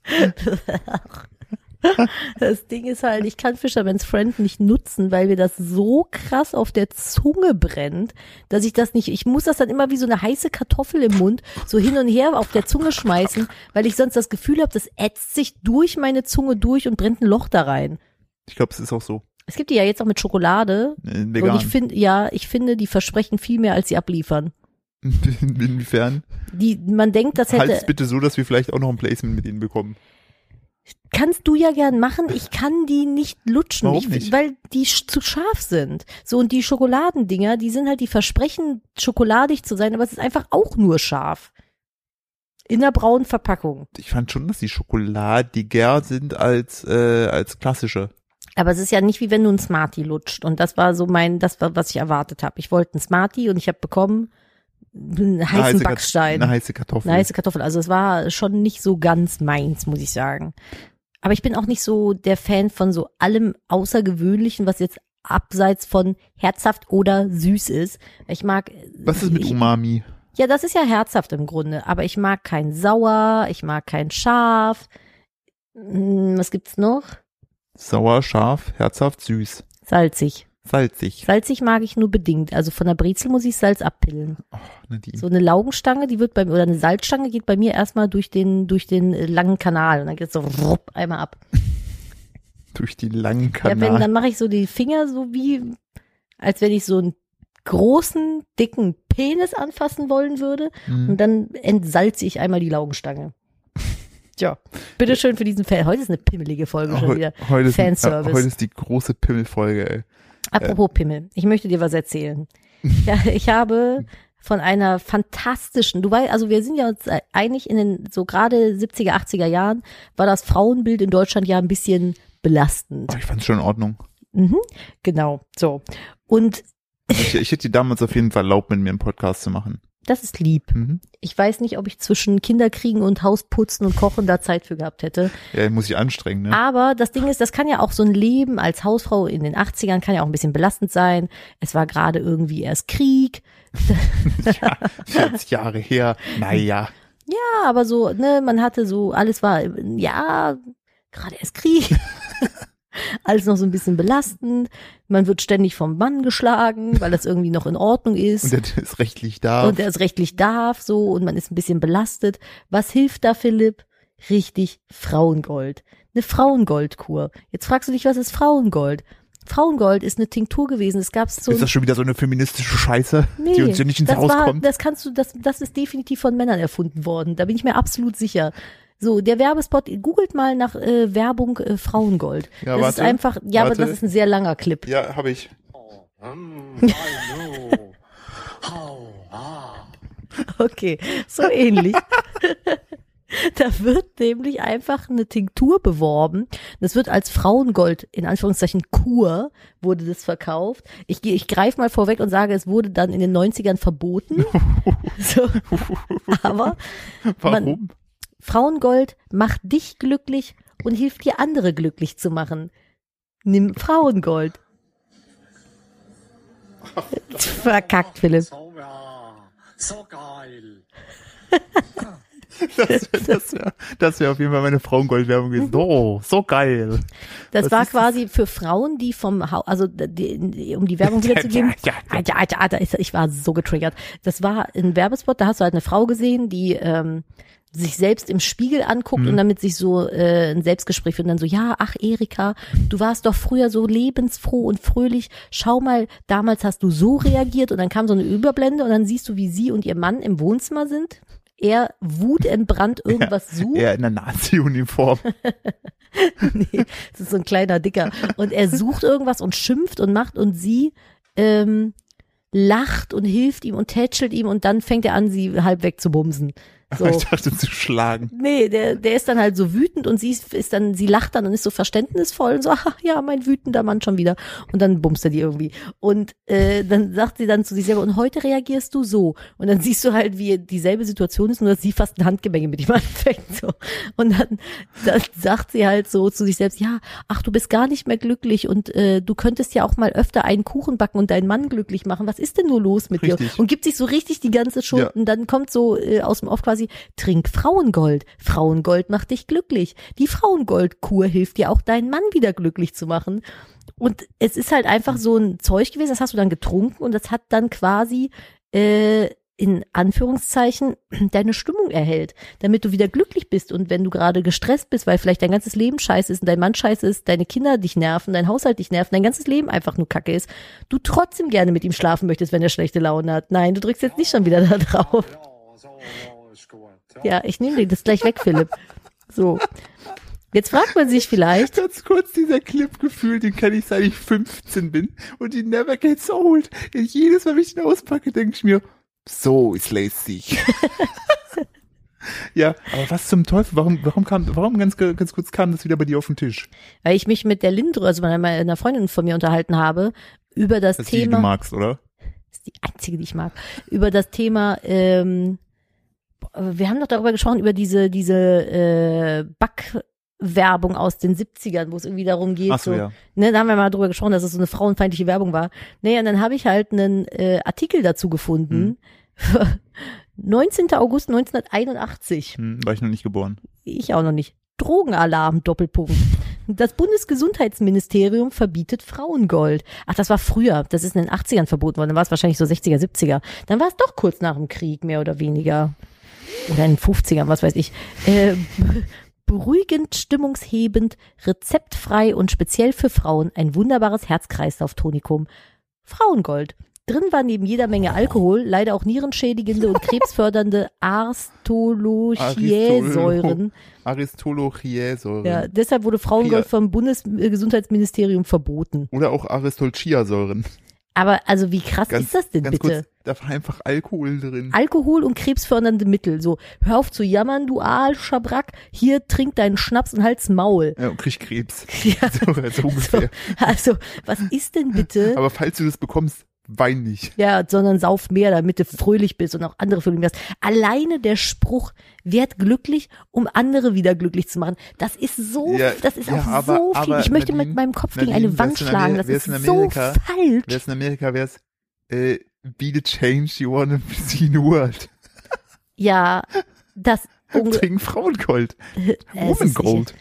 Das Ding ist halt, ich kann Fisherman's Friend nicht nutzen, weil mir das so krass auf der Zunge brennt, dass ich das nicht, ich muss das dann immer wie so eine heiße Kartoffel im Mund so hin und her auf der Zunge schmeißen, weil ich sonst das Gefühl habe, das ätzt sich durch meine Zunge durch und brennt ein Loch da rein.
Ich glaube, es ist auch so.
Es gibt die ja jetzt auch mit Schokolade.
Äh, Vegan.
Und ich finde, ja, ich finde, die versprechen viel mehr, als sie abliefern.
In- Inwiefern?
Die, man denkt, das
Halt es
hätte,
bitte so, dass wir vielleicht auch noch ein Placement mit ihnen bekommen.
kannst du ja gern machen, ich kann die nicht lutschen,
Warum
ich,
nicht?
weil die sch- zu scharf sind. So, und die Schokoladendinger, die sind halt, die versprechen, schokoladig zu sein, aber es ist einfach auch nur scharf. In einer braunen Verpackung.
Ich fand schon, dass die schokoladiger sind als, äh, als klassische.
Aber es ist ja nicht wie wenn du ein Smartie lutscht. Und das war so mein, das war, was ich erwartet habe. Ich wollte ein Smartie und ich habe bekommen einen
Eine
heißen
Kat-
Backstein.
Eine heiße Kartoffel.
Eine heiße Kartoffel. Also es war schon nicht so ganz meins, muss ich sagen. Aber ich bin auch nicht so der Fan von so allem Außergewöhnlichen, was jetzt abseits von herzhaft oder süß ist. Ich mag.
Was ist mit
ich,
Umami?
Ja, das ist ja herzhaft im Grunde. Aber ich mag kein Sauer, ich mag kein Scharf. Hm, Was gibt's noch?
Sauer, scharf, herzhaft, süß.
Salzig.
Salzig.
Salzig mag ich nur bedingt. Also von der Brezel muss ich Salz abpillen.
Nadine.
So eine Laugenstange, die wird bei mir, oder eine Salzstange geht bei mir erstmal durch den, durch den äh, langen Kanal und dann geht's so rupp, einmal ab.
Durch die langen
Ja, wenn,
Kanäle.
dann mache ich so die Finger so wie, als wenn ich so einen großen, dicken Penis anfassen wollen würde
Hm.
und dann entsalze ich einmal die Laugenstange. Tja, bitteschön für diesen Fan. Heute ist eine pimmelige
Oh,
Folge schon wieder.
heute, ist, äh,
Fanservice.
heute ist die große Pimmelfolge, ey.
Apropos Pimmel, ich möchte dir was erzählen. Ja, ich habe von einer fantastischen, du weißt, also wir sind ja uns einig in den so gerade 70er, 80er Jahren war das Frauenbild in Deutschland ja ein bisschen belastend.
Aber Oh, ich fand's schon in Ordnung.
Mhm, genau, so. Und
Ich, ich hätte dir damals auf jeden Fall erlaubt, mit mir einen Podcast zu machen.
das ist lieb.
Mhm.
Ich weiß nicht, ob ich zwischen Kinderkriegen und Hausputzen und Kochen da Zeit für gehabt hätte.
Ja, muss ich anstrengen, ne?
Aber das Ding ist, das kann ja auch so ein Leben als Hausfrau in den 80ern kann ja auch ein bisschen belastend sein. Es war gerade irgendwie erst Krieg.
40 Jahre her.
Mhm.
Naja.
Ja, aber so, ne, man hatte so, alles war, im- ja, gerade erst Krieg. alles noch so ein bisschen belastend. Man wird ständig vom Mann geschlagen, weil das irgendwie noch in Ordnung ist.
Und der ist rechtlich da.
und er es rechtlich darf, so, und man ist ein bisschen belastet. Was hilft da, Philipp? Richtig, Frauengold. Eine Frauengoldkur. Jetzt fragst du dich, was ist Frauengold? Frauengold ist eine Tinktur gewesen. Es gab so
ist das schon wieder so eine feministische Scheiße, die uns hier nicht ins
das
Haus
war,
kommt?
Das kannst du, das, das ist definitiv von Männern erfunden worden. Da bin ich mir absolut sicher. So, der Werbespot, googelt mal nach äh, Werbung äh, Frauengold.
Ja,
das ist
warte,
einfach, ja, aber
warte.
das ist ein sehr langer Clip.
Ja, habe ich.
Mm, I know. How, ah.
Okay, so ähnlich. Da wird nämlich einfach eine Tinktur beworben. Das wird als Frauengold, in Anführungszeichen Kur, wurde das verkauft. Ich, gehe- ich greife mal vorweg und sage, es wurde dann in den 90ern verboten. So. Aber
Warum?
Frauengold macht dich glücklich und hilft dir, andere glücklich zu machen. Nimm Frauengold. Verkackt, Philipp.
So, ja. so geil.
das wäre das wär, das wär auf jeden Fall meine Frauengoldwerbung
Mhm.
gewesen. Oh, so geil.
Das
Was
war
ist
quasi für Frauen, die vom Haus, also die, die, um die Werbung wiederzugeben. Ah,
Ja, ja,
ja, ja, da ist, ich war so getriggert. Das war ein Werbespot, da hast du halt eine Frau gesehen, die ähm, sich selbst im Spiegel anguckt
Mhm.
und damit sich so äh, ein Selbstgespräch führt und dann so, ja, ach Erika, du warst doch früher so lebensfroh und fröhlich, schau mal, damals hast du so reagiert und dann kam so eine Überblende und dann siehst du, wie sie und ihr Mann im Wohnzimmer sind. Er wutentbrannt irgendwas sucht.
Er in der Nazi-Uniform.
Nee, das ist so ein kleiner Dicker. Und er sucht irgendwas und schimpft und macht und sie ähm, lacht und hilft ihm und tätschelt ihm und dann fängt er an, sie halb weg zu bumsen. So.
Ich dachte zu schlagen.
Nee, der, der ist dann halt so wütend und sie ist, ist dann, sie lacht dann und ist so verständnisvoll und so, ach ja, mein wütender Mann schon wieder. Und dann bumst er die irgendwie. Und äh, dann sagt sie dann zu sich selber, und heute reagierst du so. Und dann siehst du halt, wie dieselbe Situation ist, nur dass sie fast ein Handgemenge mit ihm anfängt. So. Und dann, dann sagt sie halt so zu sich selbst, ja, ach, du bist gar nicht mehr glücklich und äh, du könntest ja auch mal öfter einen Kuchen backen und deinen Mann glücklich machen. Was ist denn nur los mit dir?
Richtig.
Und gibt sich so richtig die ganze Schuld.
Ja.
Und dann kommt so äh, aus dem Off quasi, trink Frauengold. Frauengold macht dich glücklich. Die Frauengoldkur hilft dir auch, deinen Mann wieder glücklich zu machen. Und es ist halt einfach so ein Zeug gewesen, das hast du dann getrunken und das hat dann quasi äh, in Anführungszeichen deine Stimmung erhält, damit du wieder glücklich bist. Und wenn du gerade gestresst bist, weil vielleicht dein ganzes Leben scheiße ist und dein Mann scheiße ist, deine Kinder dich nerven, dein Haushalt dich nerven, dein ganzes Leben einfach nur Kacke ist, du trotzdem gerne mit ihm schlafen möchtest, wenn er schlechte Laune hat. Nein, du drückst jetzt nicht schon wieder da drauf.
Ja, so, ja, ist gut.
Ja, ich nehme dir das gleich weg, Philipp. So. Jetzt fragt man sich vielleicht,
Ganz kurz dieser Clip gefühlt, den kenne ich seit ich 15 bin und die never gets old. Jedes Mal, wenn ich den auspacke, denke ich mir, so ist Lacey. ja, aber was zum Teufel? Warum, warum kam, warum ganz, ganz kurz kam das wieder bei dir auf den Tisch?
weil ich mich mit der Lindro, also meiner- einer Freundin von mir unterhalten habe, über das,
Das die du
Thema.
magst, oder?
Das ist die einzige, die ich mag. Über das Thema, ähm, boah, wir haben doch darüber gesprochen, über diese, diese äh, Backwerbung aus den 70ern, wo es irgendwie darum geht,
Ach so, ja.
ne, da haben wir mal drüber gesprochen, dass es so eine frauenfeindliche Werbung war. Naja, und dann habe ich halt einen äh, Artikel dazu gefunden.
Mhm.
19. August 1981.
Hm, war ich noch nicht geboren.
Ich auch noch nicht. Drogenalarm, Doppelpunkt. Das Bundesgesundheitsministerium verbietet Frauengold. Ach, das war früher. Das ist in den 80ern verboten worden. Dann war es wahrscheinlich so 60er, 70er. Dann war es doch kurz nach dem Krieg, mehr oder weniger. Oder in den 50ern, was weiß ich. Äh, beruhigend, stimmungshebend, rezeptfrei und speziell für Frauen ein wunderbares Herz-Kreislauf-Tonikum. Frauengold. Drin war neben jeder Menge Alkohol leider auch nierenschädigende und krebsfördernde Arstolochiesäuren.
Aristolochiesäure.
Ja, deshalb wurde Frauengold
Pia-
vom Bundesgesundheitsministerium verboten.
Oder auch Aristolchiasäuren.
Aber also wie krass
Ganz,
ist das denn
ganz
bitte?
kurz, Hm. da war einfach Alkohol drin.
Alkohol und krebsfördernde Mittel. So, hör auf zu jammern, du Aalschabrack. Hier trink deinen Schnaps und halt's Maul.
ja, und krieg Krebs.
Ja,
So, so
so,
ungefähr.
also, was ist denn bitte?
Aber falls du das bekommst, wein nicht.
Ja, sondern sauf mehr, damit du fröhlich bist und auch andere fröhlich machst. Alleine der Spruch, werd glücklich, um andere wieder glücklich zu machen. Das ist so,
Ja,
das ist
ja,
auch
aber-
so viel.
aber,
Ich möchte
Nadine,
mit meinem Kopf gegen
Nadine,
eine Wand
wärst du in
schlagen.
Ameri-
Das ist
wärst du in
so
Amerika,
falsch.
Wär's in Amerika, wär's, äh, be the change you wanna see in the world.
ja, das, unge-
Trink Frauengold.
es ist-
Womangold.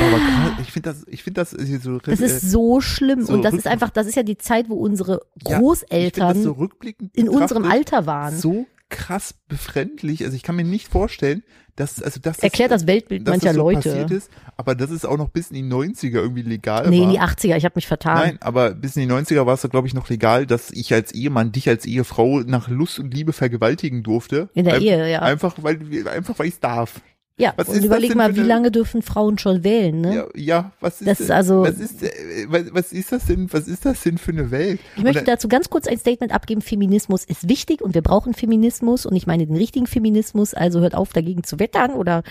Boah, aber krass, ich finde das, ich finde das äh, so,
das
äh,
ist so schlimm.
so
und das ist
rücken-
einfach, das ist ja die Zeit, wo unsere
Ja, ich find
Großeltern
das so rückblickend
in unserem
betrachtet
Alter waren.
so krass befremdlich. Also ich kann mir nicht vorstellen, dass also das
Erklärt das Weltbild
dass
mancher
das so passiert
Leute.
ist, aber das ist auch noch bis in die 90er irgendwie legal
Nee,
war.
in die 80er, ich habe mich vertan.
Nein, aber bis in die 90er war es da glaube ich noch legal, dass ich als Ehemann dich als Ehefrau nach Lust und Liebe vergewaltigen durfte.
In der
Ein-
Ehe, ja.
Einfach weil wir- einfach weil ich darf.
ja,
was ist
und
das
überleg
denn
mal,
für
wie
eine-
lange dürfen Frauen schon wählen, ne?
Ja, ja, was ist
Das
denn-
ist also-
was ist äh, was, was ist das denn? Was ist das denn für eine Welt?
Ich möchte
Und dann-
dazu ganz kurz ein Statement abgeben. Feminismus ist wichtig und wir brauchen Feminismus und ich meine den richtigen Feminismus. Also hört auf, dagegen zu wettern oder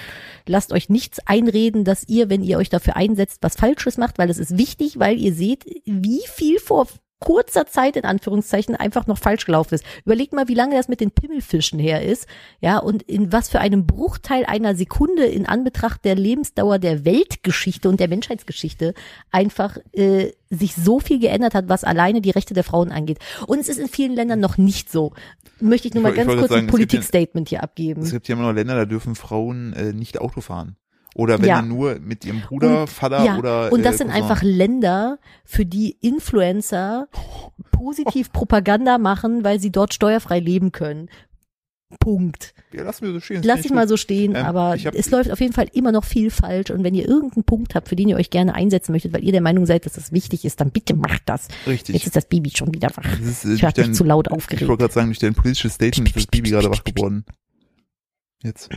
lasst euch nichts einreden, dass ihr, wenn ihr euch dafür einsetzt, was Falsches macht, weil es ist wichtig, weil ihr seht, wie viel vor kurzer Zeit in Anführungszeichen einfach noch falsch gelaufen ist. Überlegt mal, wie lange das mit den Pimmelfischen her ist, ja, und in was für einem Bruchteil einer Sekunde in Anbetracht der Lebensdauer der Weltgeschichte und der Menschheitsgeschichte einfach äh, sich so viel geändert hat, was alleine die Rechte der Frauen angeht. Und es ist in vielen Ländern noch nicht so. Möchte ich
Ich
nur mal
woll- ich
ganz
wollte
kurz
sagen,
ein
es gibt ja-
Politikstatement hier abgeben.
es gibt ja immer noch Länder, da dürfen Frauen äh, nicht Auto fahren. Oder wenn
Ja.
dann nur mit ihrem Bruder, Vater
ja,
oder
und das
äh,
sind
Cousin.
einfach Länder, für die Influencer positiv Propaganda machen, weil sie dort steuerfrei leben können. Punkt.
Ja, lass mir so stehen. das
Lass
find
ich mal
gut.
so stehen,
Ähm,
aber
ich hab-
es läuft auf jeden Fall immer noch viel falsch. Und wenn ihr irgendeinen Punkt habt, für den ihr euch gerne einsetzen möchtet, weil ihr der Meinung seid, dass das wichtig ist, dann bitte macht das. Jetzt
Richtig.
ist das Baby schon wieder wach.
Das ist, äh,
Ich hab
durch
mich zu laut aufgeregt.
Ich wollte gerade sagen, durch dein politisches Statement ist das Baby gerade wach geworden. Jetzt.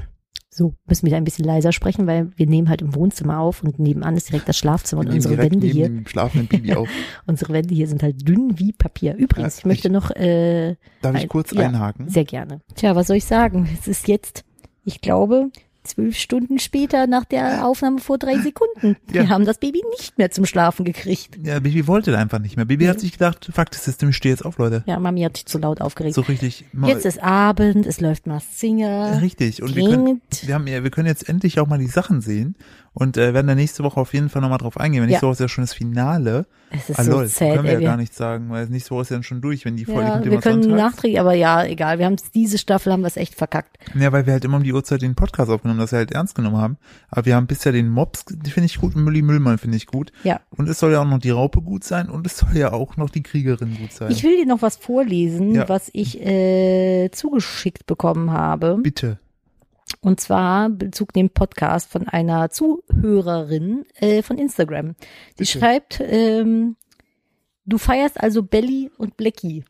So, müssen wir da ein bisschen leiser sprechen, weil wir nehmen halt im Wohnzimmer auf und nebenan ist direkt das Schlafzimmer und
Wir nehmen
unsere
direkt
Wände
neben
hier,
dem schlafenden Baby auf.
unsere Wände hier sind halt dünn wie Papier. Übrigens,
Ja,
ich möchte
ich- Hm?
noch äh,
Darf
Ein-
ich kurz
ja.
einhaken?
Sehr gerne. Tja, was soll ich sagen? Es ist jetzt, ich glaube, zwölf Stunden später nach der Aufnahme vor drei Sekunden.
Ja.
Wir haben das Baby nicht mehr zum Schlafen gekriegt.
Ja, Baby wollte einfach nicht mehr. Baby hat sich gedacht, fuck das System, ich stehe jetzt auf, Leute.
Ja, Mami hat sich zu laut aufgeregt.
So richtig. mal-
jetzt ist Abend, es läuft Mars
Ja,
Singer.
Richtig. Und wir können,
Dringend.
wir, haben, ja- wir können jetzt endlich auch mal die Sachen sehen und äh, werden da nächste Woche auf jeden Fall nochmal drauf eingehen. Weil
Ja.
nächste Woche ist ja schon das Finale.
Es ist
ah,
so
lol,
sad,
können wir
ey,
ja
wir-
gar nicht sagen, weil nächste Woche ist ja dann schon durch, wenn die Folge
Ja,
kommt ja
wir
immer
können
sonntags.
nachträglich, aber ja, egal. Wir haben diese Staffel haben wir es echt verkackt.
Ja, weil wir halt immer um die Uhrzeit den Podcast aufgenommen, dass wir halt ernst genommen haben. Aber wir haben bisher den Mops, die finde ich gut, und Mülli Müllmann finde ich gut.
Ja.
Und es soll ja auch noch die Raupe gut sein und es soll ja auch noch die Kriegerin gut sein.
Ich will dir noch was vorlesen,
Ja.
was ich äh, zugeschickt bekommen habe.
Bitte.
Und zwar Bezug dem Podcast von einer Zuhörerin äh, von Instagram. Die
Bitte.
schreibt, ähm, du feierst also Belly und Blackie.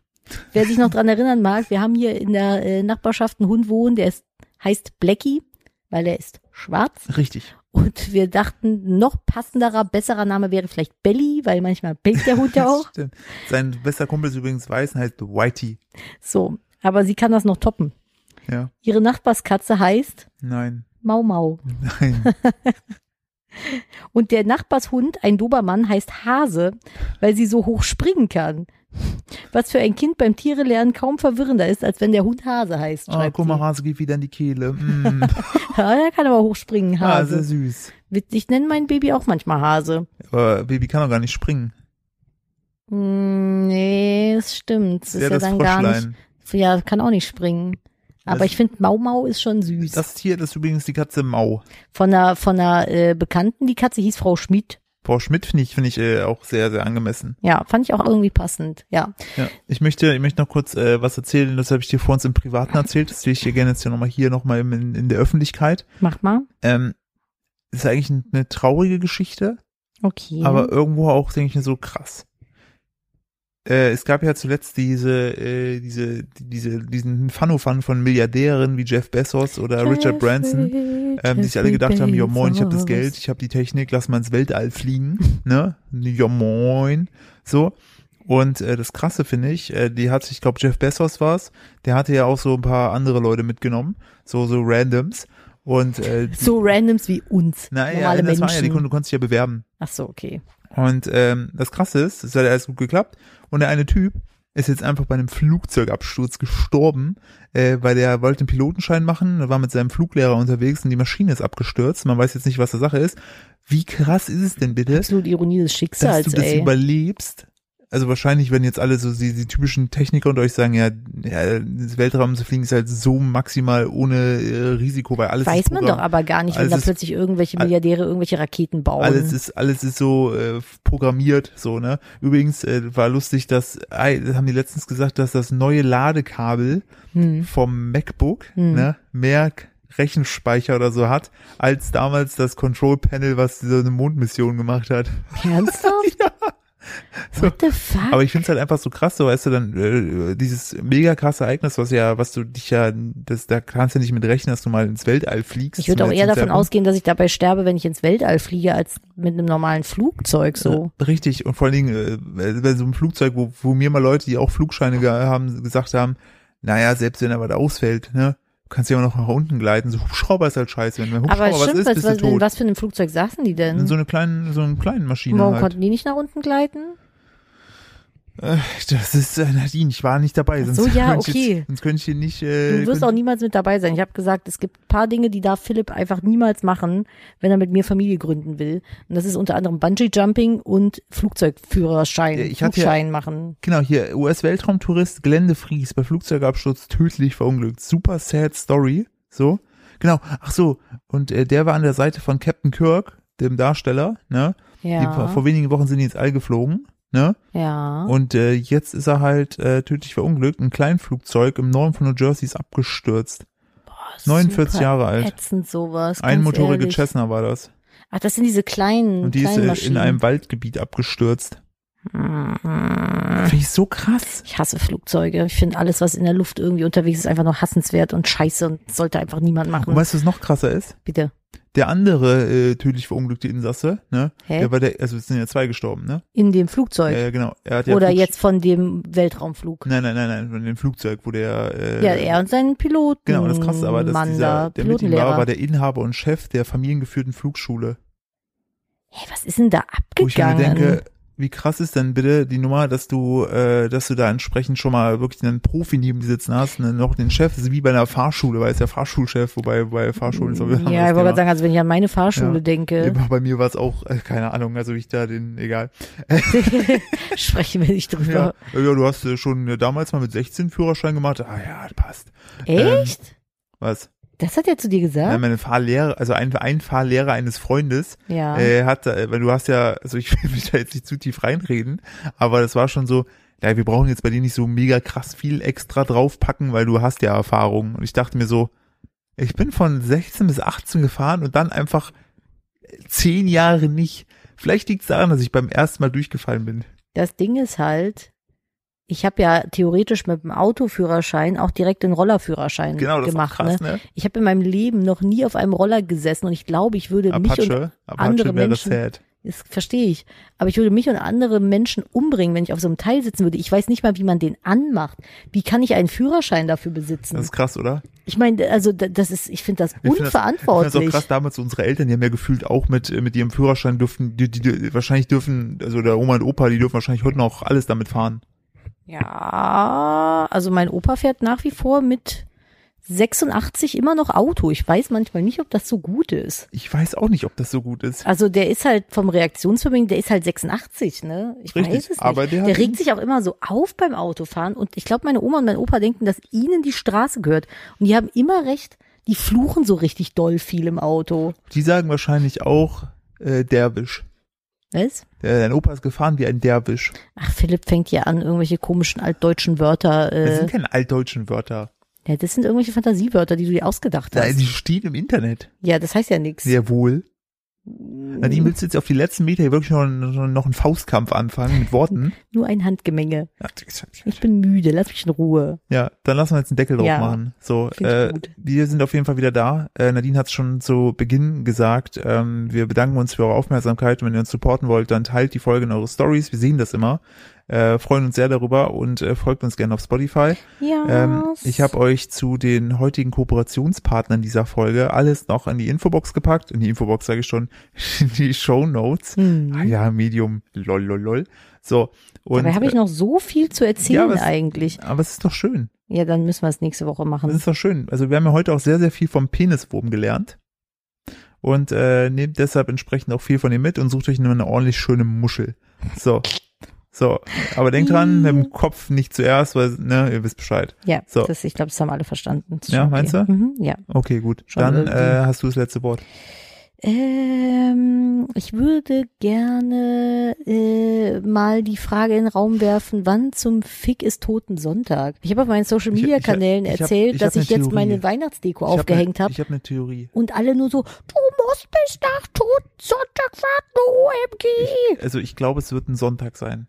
Wer sich noch dran erinnern mag, wir haben hier in der äh, Nachbarschaft einen Hund wohnen, der ist, heißt Blackie, weil er ist schwarz.
Richtig.
Und wir dachten, noch passenderer, besserer Name wäre vielleicht Belly, weil manchmal bellt der Hund ja auch.
Stimmt. Sein bester Kumpel ist übrigens weiß und heißt Whitey.
So, aber sie kann das noch toppen.
Ja.
Ihre Nachbarskatze heißt
Nein.
Mau Mau.
Hm. Nein.
Und der Nachbarshund, ein Dobermann, heißt Hase, weil sie so hoch springen kann. Was für ein Kind beim Tiere lernen kaum verwirrender ist, als wenn der Hund Hase heißt.
Oh,
Schreibt
guck mal,
sie.
Hase geht wieder in die Kehle. Mm.
Ja, er kann aber hochspringen,
Hase,
Hase.
süß.
Wit- Ich nenne mein Baby auch manchmal Hase.
Aber Baby kann doch gar nicht springen.
Hm, nee, das stimmt. Das
ja
ist ja
das
dann gar nicht.
Froschlein.
Ja, kann auch nicht springen. Aber ich finde, Mau Mau ist schon süß.
Das Tier ist übrigens die Katze Mau.
von einer, von einer äh, Bekannten, die Katze hieß Frau Schmid.
Frau Schmidt finde ich, finde ich äh, auch sehr, sehr angemessen.
Ja, fand ich auch irgendwie passend. Ja,
Ja. Ich möchte, ich möchte noch kurz äh, was erzählen, das habe ich dir vor uns im Privaten erzählt, das will ich dir gerne jetzt hier nochmal hier nochmal in, in der Öffentlichkeit.
mach mal.
Ähm, ist eigentlich ein- eine traurige Geschichte,
Okay.
aber irgendwo auch, denke ich mir so, krass. Äh, es gab ja zuletzt diese, äh, diese, diese, diesen Fun-Fun von Milliardären wie Jeff Bezos oder äh, Richard Branson, ähm, die sich alle gedacht haben, ja moin, ich habe das Geld, ich habe die Technik, lass mal ins Weltall fliegen, ne? Ja moin, so. Und äh, das Krasse finde ich, äh, die hat, ich glaube Jeff Bezos war's, der hatte ja auch so ein paar andere Leute mitgenommen, so so Randoms und äh,
So randoms wie uns,
naja,
normale
das
Menschen.
war ja, die, kon- du konntest dich ja bewerben.
Ach so, okay.
Und ähm, das Krasse ist, es hat ja alles gut geklappt. Und der eine Typ ist jetzt einfach bei einem Flugzeugabsturz gestorben, äh, weil der wollte einen Pilotenschein machen, war mit seinem Fluglehrer unterwegs und die Maschine ist abgestürzt. Man weiß jetzt nicht, was der Sache ist. Wie krass ist es denn bitte,
Absolut Ironie des
dass
Schicksals,
du das
ey.
überlebst? Also wahrscheinlich werden jetzt alle so die, die typischen Techniker unter euch sagen, ja, ja, ins Weltraum zu fliegen ist halt so maximal ohne äh, Risiko, weil alles
Weiß
ist
man
Programm.
doch aber gar nicht, wenn
Alles
da
ist-
plötzlich irgendwelche
Al-
Milliardäre irgendwelche Raketen bauen.
Alles ist, alles ist so äh, programmiert, so, ne? Übrigens äh, war lustig, dass, ei, das haben die letztens gesagt, dass das neue Ladekabel
hm.
vom MacBook
Hm.
ne, mehr K- Rechenspeicher oder so hat, als damals das Control Panel, was so eine Mondmission gemacht hat.
Ernsthaft? What the fuck?
Aber ich finde es halt einfach so krass, so weißt du, dann äh, dieses mega krasse Ereignis, was ja, was du dich ja, das, da kannst du nicht mit rechnen, dass du mal ins Weltall fliegst.
ich würde
zum
auch eher
letzten
davon
Zeitpunkt.
ausgehen, dass ich dabei sterbe, wenn ich ins Weltall fliege, als mit einem normalen Flugzeug so.
Ja, Äh, Richtig, und vor allen Dingen äh, bei so einem Flugzeug, wo, wo mir mal Leute, die auch Flugscheine ge haben, gesagt haben, naja, selbst wenn da was ausfällt, ne, du kannst ja immer noch nach unten gleiten. So Hubschrauber ist halt scheiße, wenn mein Hubschrauber
Aber stimmt,
was ist,
was, was,
bist du
in
tot.
was für einem Flugzeug saßen die denn? Oh
In so eine kleinen, so eine kleinen Maschine
Warum
halt.
konnten die nicht nach unten gleiten?
Das ist äh, Nadine, ich war nicht dabei, sonst,
so, ja,
könnte, ich,
okay.
jetzt- sonst könnte ich hier nicht. Äh,
Du wirst
könnte-
auch niemals mit dabei sein. Ich habe gesagt, es gibt ein paar Dinge, die darf Philipp einfach niemals machen, wenn er mit mir Familie gründen will. Und das ist unter anderem Bungee-Jumping und Flugzeugführerschein,
Ja, ich hatte ja-
Flugschein machen.
Genau, hier, US-Weltraumtourist Glenn de Vries bei Flugzeugabsturz tödlich verunglückt. Super sad story. So. Genau. Ach so. Und äh, der war an der Seite von Captain Kirk, dem Darsteller, ne? Die, vor-
Ja,
vor wenigen Wochen sind die ins All geflogen, ne?
ja.
Und äh, jetzt ist er halt äh, tödlich verunglückt. Ein Kleinflugzeug im Norden von New Jersey ist abgestürzt.
Boah,
49
super
Jahre alt.
Ätzend sowas.
Ein
ganz
motorige
ehrlich.
Cessna war das.
Ach, das sind diese kleinen,
Und die ist
kleinen
äh,
Maschinen.
in einem Waldgebiet abgestürzt.
Mm. Ah.
Finde ich so krass.
Ich hasse Flugzeuge. Ich finde alles, was in der Luft irgendwie unterwegs ist, einfach nur hassenswert und scheiße und sollte einfach niemand machen.
Und weißt du, was noch krasser ist?
Bitte.
Der andere äh, tödlich verunglückte Insasse, ne?
Hä?
Der war der, also es sind ja zwei gestorben, ne?
In dem Flugzeug.
Äh, genau. Er hat ja
Oder
Flugsch-
jetzt von dem Weltraumflug.
Nein, nein, nein, nein, von dem Flugzeug, wo der äh,
Ja, er und seinen Piloten.
Genau, und das krasse aber, dass
Mann
dieser,
da,
der mit ihm war,
Pilotenlehrer.
war der Inhaber und Chef der familiengeführten Flugschule.
hey, was ist denn da
Wo ich mir
abgegangen?
denke, wie krass ist denn bitte die Nummer, dass du, äh, dass du da entsprechend schon mal wirklich einen Profi neben dir sitzen hast, ne, noch den Chef, das ist wie bei einer Fahrschule, weil es ja Fahrschulchef, wobei bei Fahrschulen ist auch wieder ein
ja,
anderes
ich wollte gerade ne?
Thema.
sagen, also wenn ich an meine Fahrschule
Ja.
denke,
Aber bei mir war es auch, äh, keine Ahnung, also ich da den, egal.
sprechen wir nicht
Ja,
drüber.
ja du hast äh, schon äh, damals mal mit 16 Führerschein gemacht, ah ja, passt.
Echt?
Ähm, Was?
das hat er zu dir
Ja,
gesagt?
meine Fahrlehrer, also ein, ein Fahrlehrer eines Freundes,
Ja.
äh, hat, äh, weil du hast ja, also ich will mich da jetzt nicht zu tief reinreden, aber das war schon so, ja, wir brauchen jetzt bei dir nicht so mega krass viel extra draufpacken, weil du hast ja Erfahrung. Und ich dachte mir so, ich bin von 16 bis 18 gefahren und dann einfach äh, zehn Jahre nicht. Vielleicht liegt es daran, dass ich beim ersten Mal durchgefallen bin.
Das Ding ist halt, ich habe ja theoretisch mit dem Autoführerschein auch direkt den Rollerführerschein
Genau, das
gemacht.
ist krass,
ne?
ne?
Ich habe in meinem Leben noch nie auf einem Roller gesessen und ich glaube, ich würde mich und
Apache,
andere
Apache wäre
Menschen-
sad.
das verstehe ich, aber ich würde mich und andere Menschen umbringen, wenn ich auf so einem Teil sitzen würde. Ich weiß nicht mal, wie man den anmacht. Wie kann ich einen Führerschein dafür besitzen?
Das ist krass, oder?
ich meine, also da- das ist, ich finde das
Ich find das- Ich finde
unverantwortlich.
das auch krass, damals unsere Eltern, die haben ja gefühlt auch mit, äh, mit ihrem Führerschein dürfen, die, die, die, wahrscheinlich dürfen, also der Oma und Opa, die dürfen wahrscheinlich heute noch alles damit fahren.
ja, also mein Opa fährt nach wie vor mit 86 immer noch Auto. Ich weiß manchmal nicht, ob das so gut ist.
Ich weiß auch nicht, ob das so gut ist.
Also der ist halt vom Reaktionsvermögen, der ist halt 86, ne? Ich
Richtig,
weiß es nicht.
aber der hat ihn-
regt sich auch immer so auf beim Autofahren und ich glaube, meine Oma und mein Opa denken, dass ihnen die Straße gehört. Und die haben immer recht, die fluchen so richtig doll viel im Auto.
Die sagen wahrscheinlich auch äh, Derwisch.
Weißt?
Äh, dein Opa ist gefahren wie ein Derwisch.
Ach, Philipp fängt hier an, irgendwelche komischen altdeutschen Wörter.
Das
Äh,
sind keine altdeutschen Wörter.
ja, das sind irgendwelche Fantasiewörter, die du dir ausgedacht hast.
Nein, die stehen im Internet.
ja, das heißt ja Hm. nichts.
Sehr wohl.
Mhm.
Nadine, willst du jetzt auf die letzten Meter hier wirklich noch, noch einen Faustkampf anfangen mit Worten?
Nur ein Handgemenge.
Ja, das-
Ich bin müde, lass mich in Ruhe.
Ja, dann lassen wir jetzt einen Deckel drauf
Ja,
machen. So,
find ich
äh,
gut.
wir sind auf jeden Fall wieder da. Äh, Nadine hat es schon zu Beginn gesagt. Ähm, wir bedanken uns für eure Aufmerksamkeit. Wenn ihr uns supporten wollt, dann teilt die Folge in eure Stories. Wir sehen das immer. Äh, freuen uns sehr darüber und äh, folgt uns gerne auf Spotify.
Ja.
Ähm, ich habe euch zu den heutigen Kooperationspartnern dieser Folge alles noch in die Infobox gepackt. In die Infobox sage ich schon, in die Show Notes. Ah ja, Medium, lol, lol, lol. So, und
Hm. Mhm. Dabei habe ich
äh,
noch so viel zu
ja,
erzählen
aber es-
eigentlich.
aber es ist doch schön.
Ja, dann müssen wir es nächste Woche
Das
machen.
ist doch schön. Also wir haben ja heute auch sehr, sehr viel vom Peniswurm gelernt. Und äh, nehmt deshalb entsprechend auch viel von ihm mit und sucht euch nur eine ordentlich schöne Muschel. So. So. Aber denkt dran, mit dem Kopf nicht zuerst, weil, ne, ihr wisst Bescheid.
Ja,
So.
das, ich glaube, das haben alle verstanden. Das ist
Ja,
schon
meinst du?
Mhm, ja.
Okay, gut.
Schon
Dann
irgendwie.
äh, hast du das letzte Wort.
Ähm, ich würde gerne äh, mal die Frage in den Raum werfen, wann zum Fick ist Toten Sonntag? Ich habe auf meinen Social
Ich-
Media
ich hab-
Kanälen
ich hab-
erzählt,
ich hab
dass ich
eine
jetzt meine
Theorie.
Weihnachtsdeko
Ich hab
aufgehängt
ne-
habe.
Ich habe eine Theorie.
und alle nur so, du musst bis nach Toten Sonntag warten, OMG.
Also ich glaube, es wird ein Sonntag sein.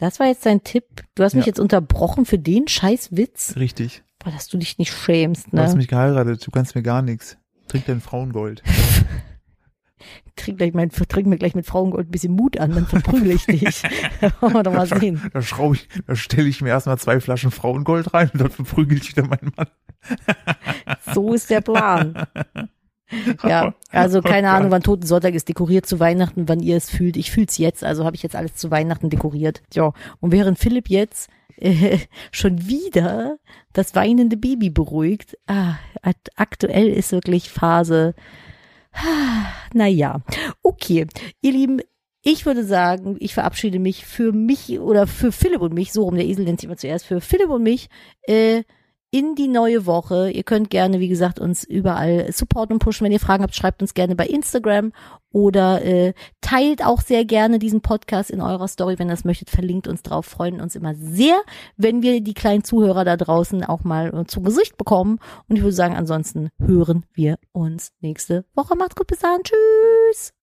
Das war jetzt dein Tipp. Du hast mich
Ja.
jetzt unterbrochen für den scheiß Witz.
Richtig.
Boah, dass du dich nicht schämst,
Du hast
ne?
mich geheiratet, du kannst mir gar nichts. Trink dein Frauengold.
Trink, gleich mein, trink mir gleich mit Frauengold ein bisschen Mut an, dann verprügel ich dich. Wollen wir doch mal sehen.
Da schraube ich, da stelle ich mir erstmal zwei Flaschen Frauengold rein und dann verprügel ich dann meinen Mann.
So ist der Plan. Ja, also keine
Oh Gott.
Ahnung, wann Toten Sonntag ist, dekoriert zu Weihnachten, wann ihr es fühlt. Ich fühl's jetzt, also habe ich jetzt alles zu Weihnachten dekoriert. Ja, und während Philipp jetzt äh, schon wieder das weinende Baby beruhigt, ah, at- aktuell ist wirklich Phase. Naja, okay, ihr Lieben, ich würde sagen, ich verabschiede mich für mich oder für Philipp und mich, so rum, der Esel nennt sich immer zuerst, für Philipp und mich, äh, in die neue Woche. Ihr könnt gerne, wie gesagt, uns überall supporten und pushen. Wenn ihr Fragen habt, schreibt uns gerne bei Instagram oder äh, teilt auch sehr gerne diesen Podcast in eurer Story, wenn ihr das möchtet. Verlinkt uns drauf, freuen uns immer sehr, wenn wir die kleinen Zuhörer da draußen auch mal äh, zu Gesicht bekommen. Und ich würde sagen, ansonsten hören wir uns nächste Woche. Macht's gut, bis dann. Tschüss.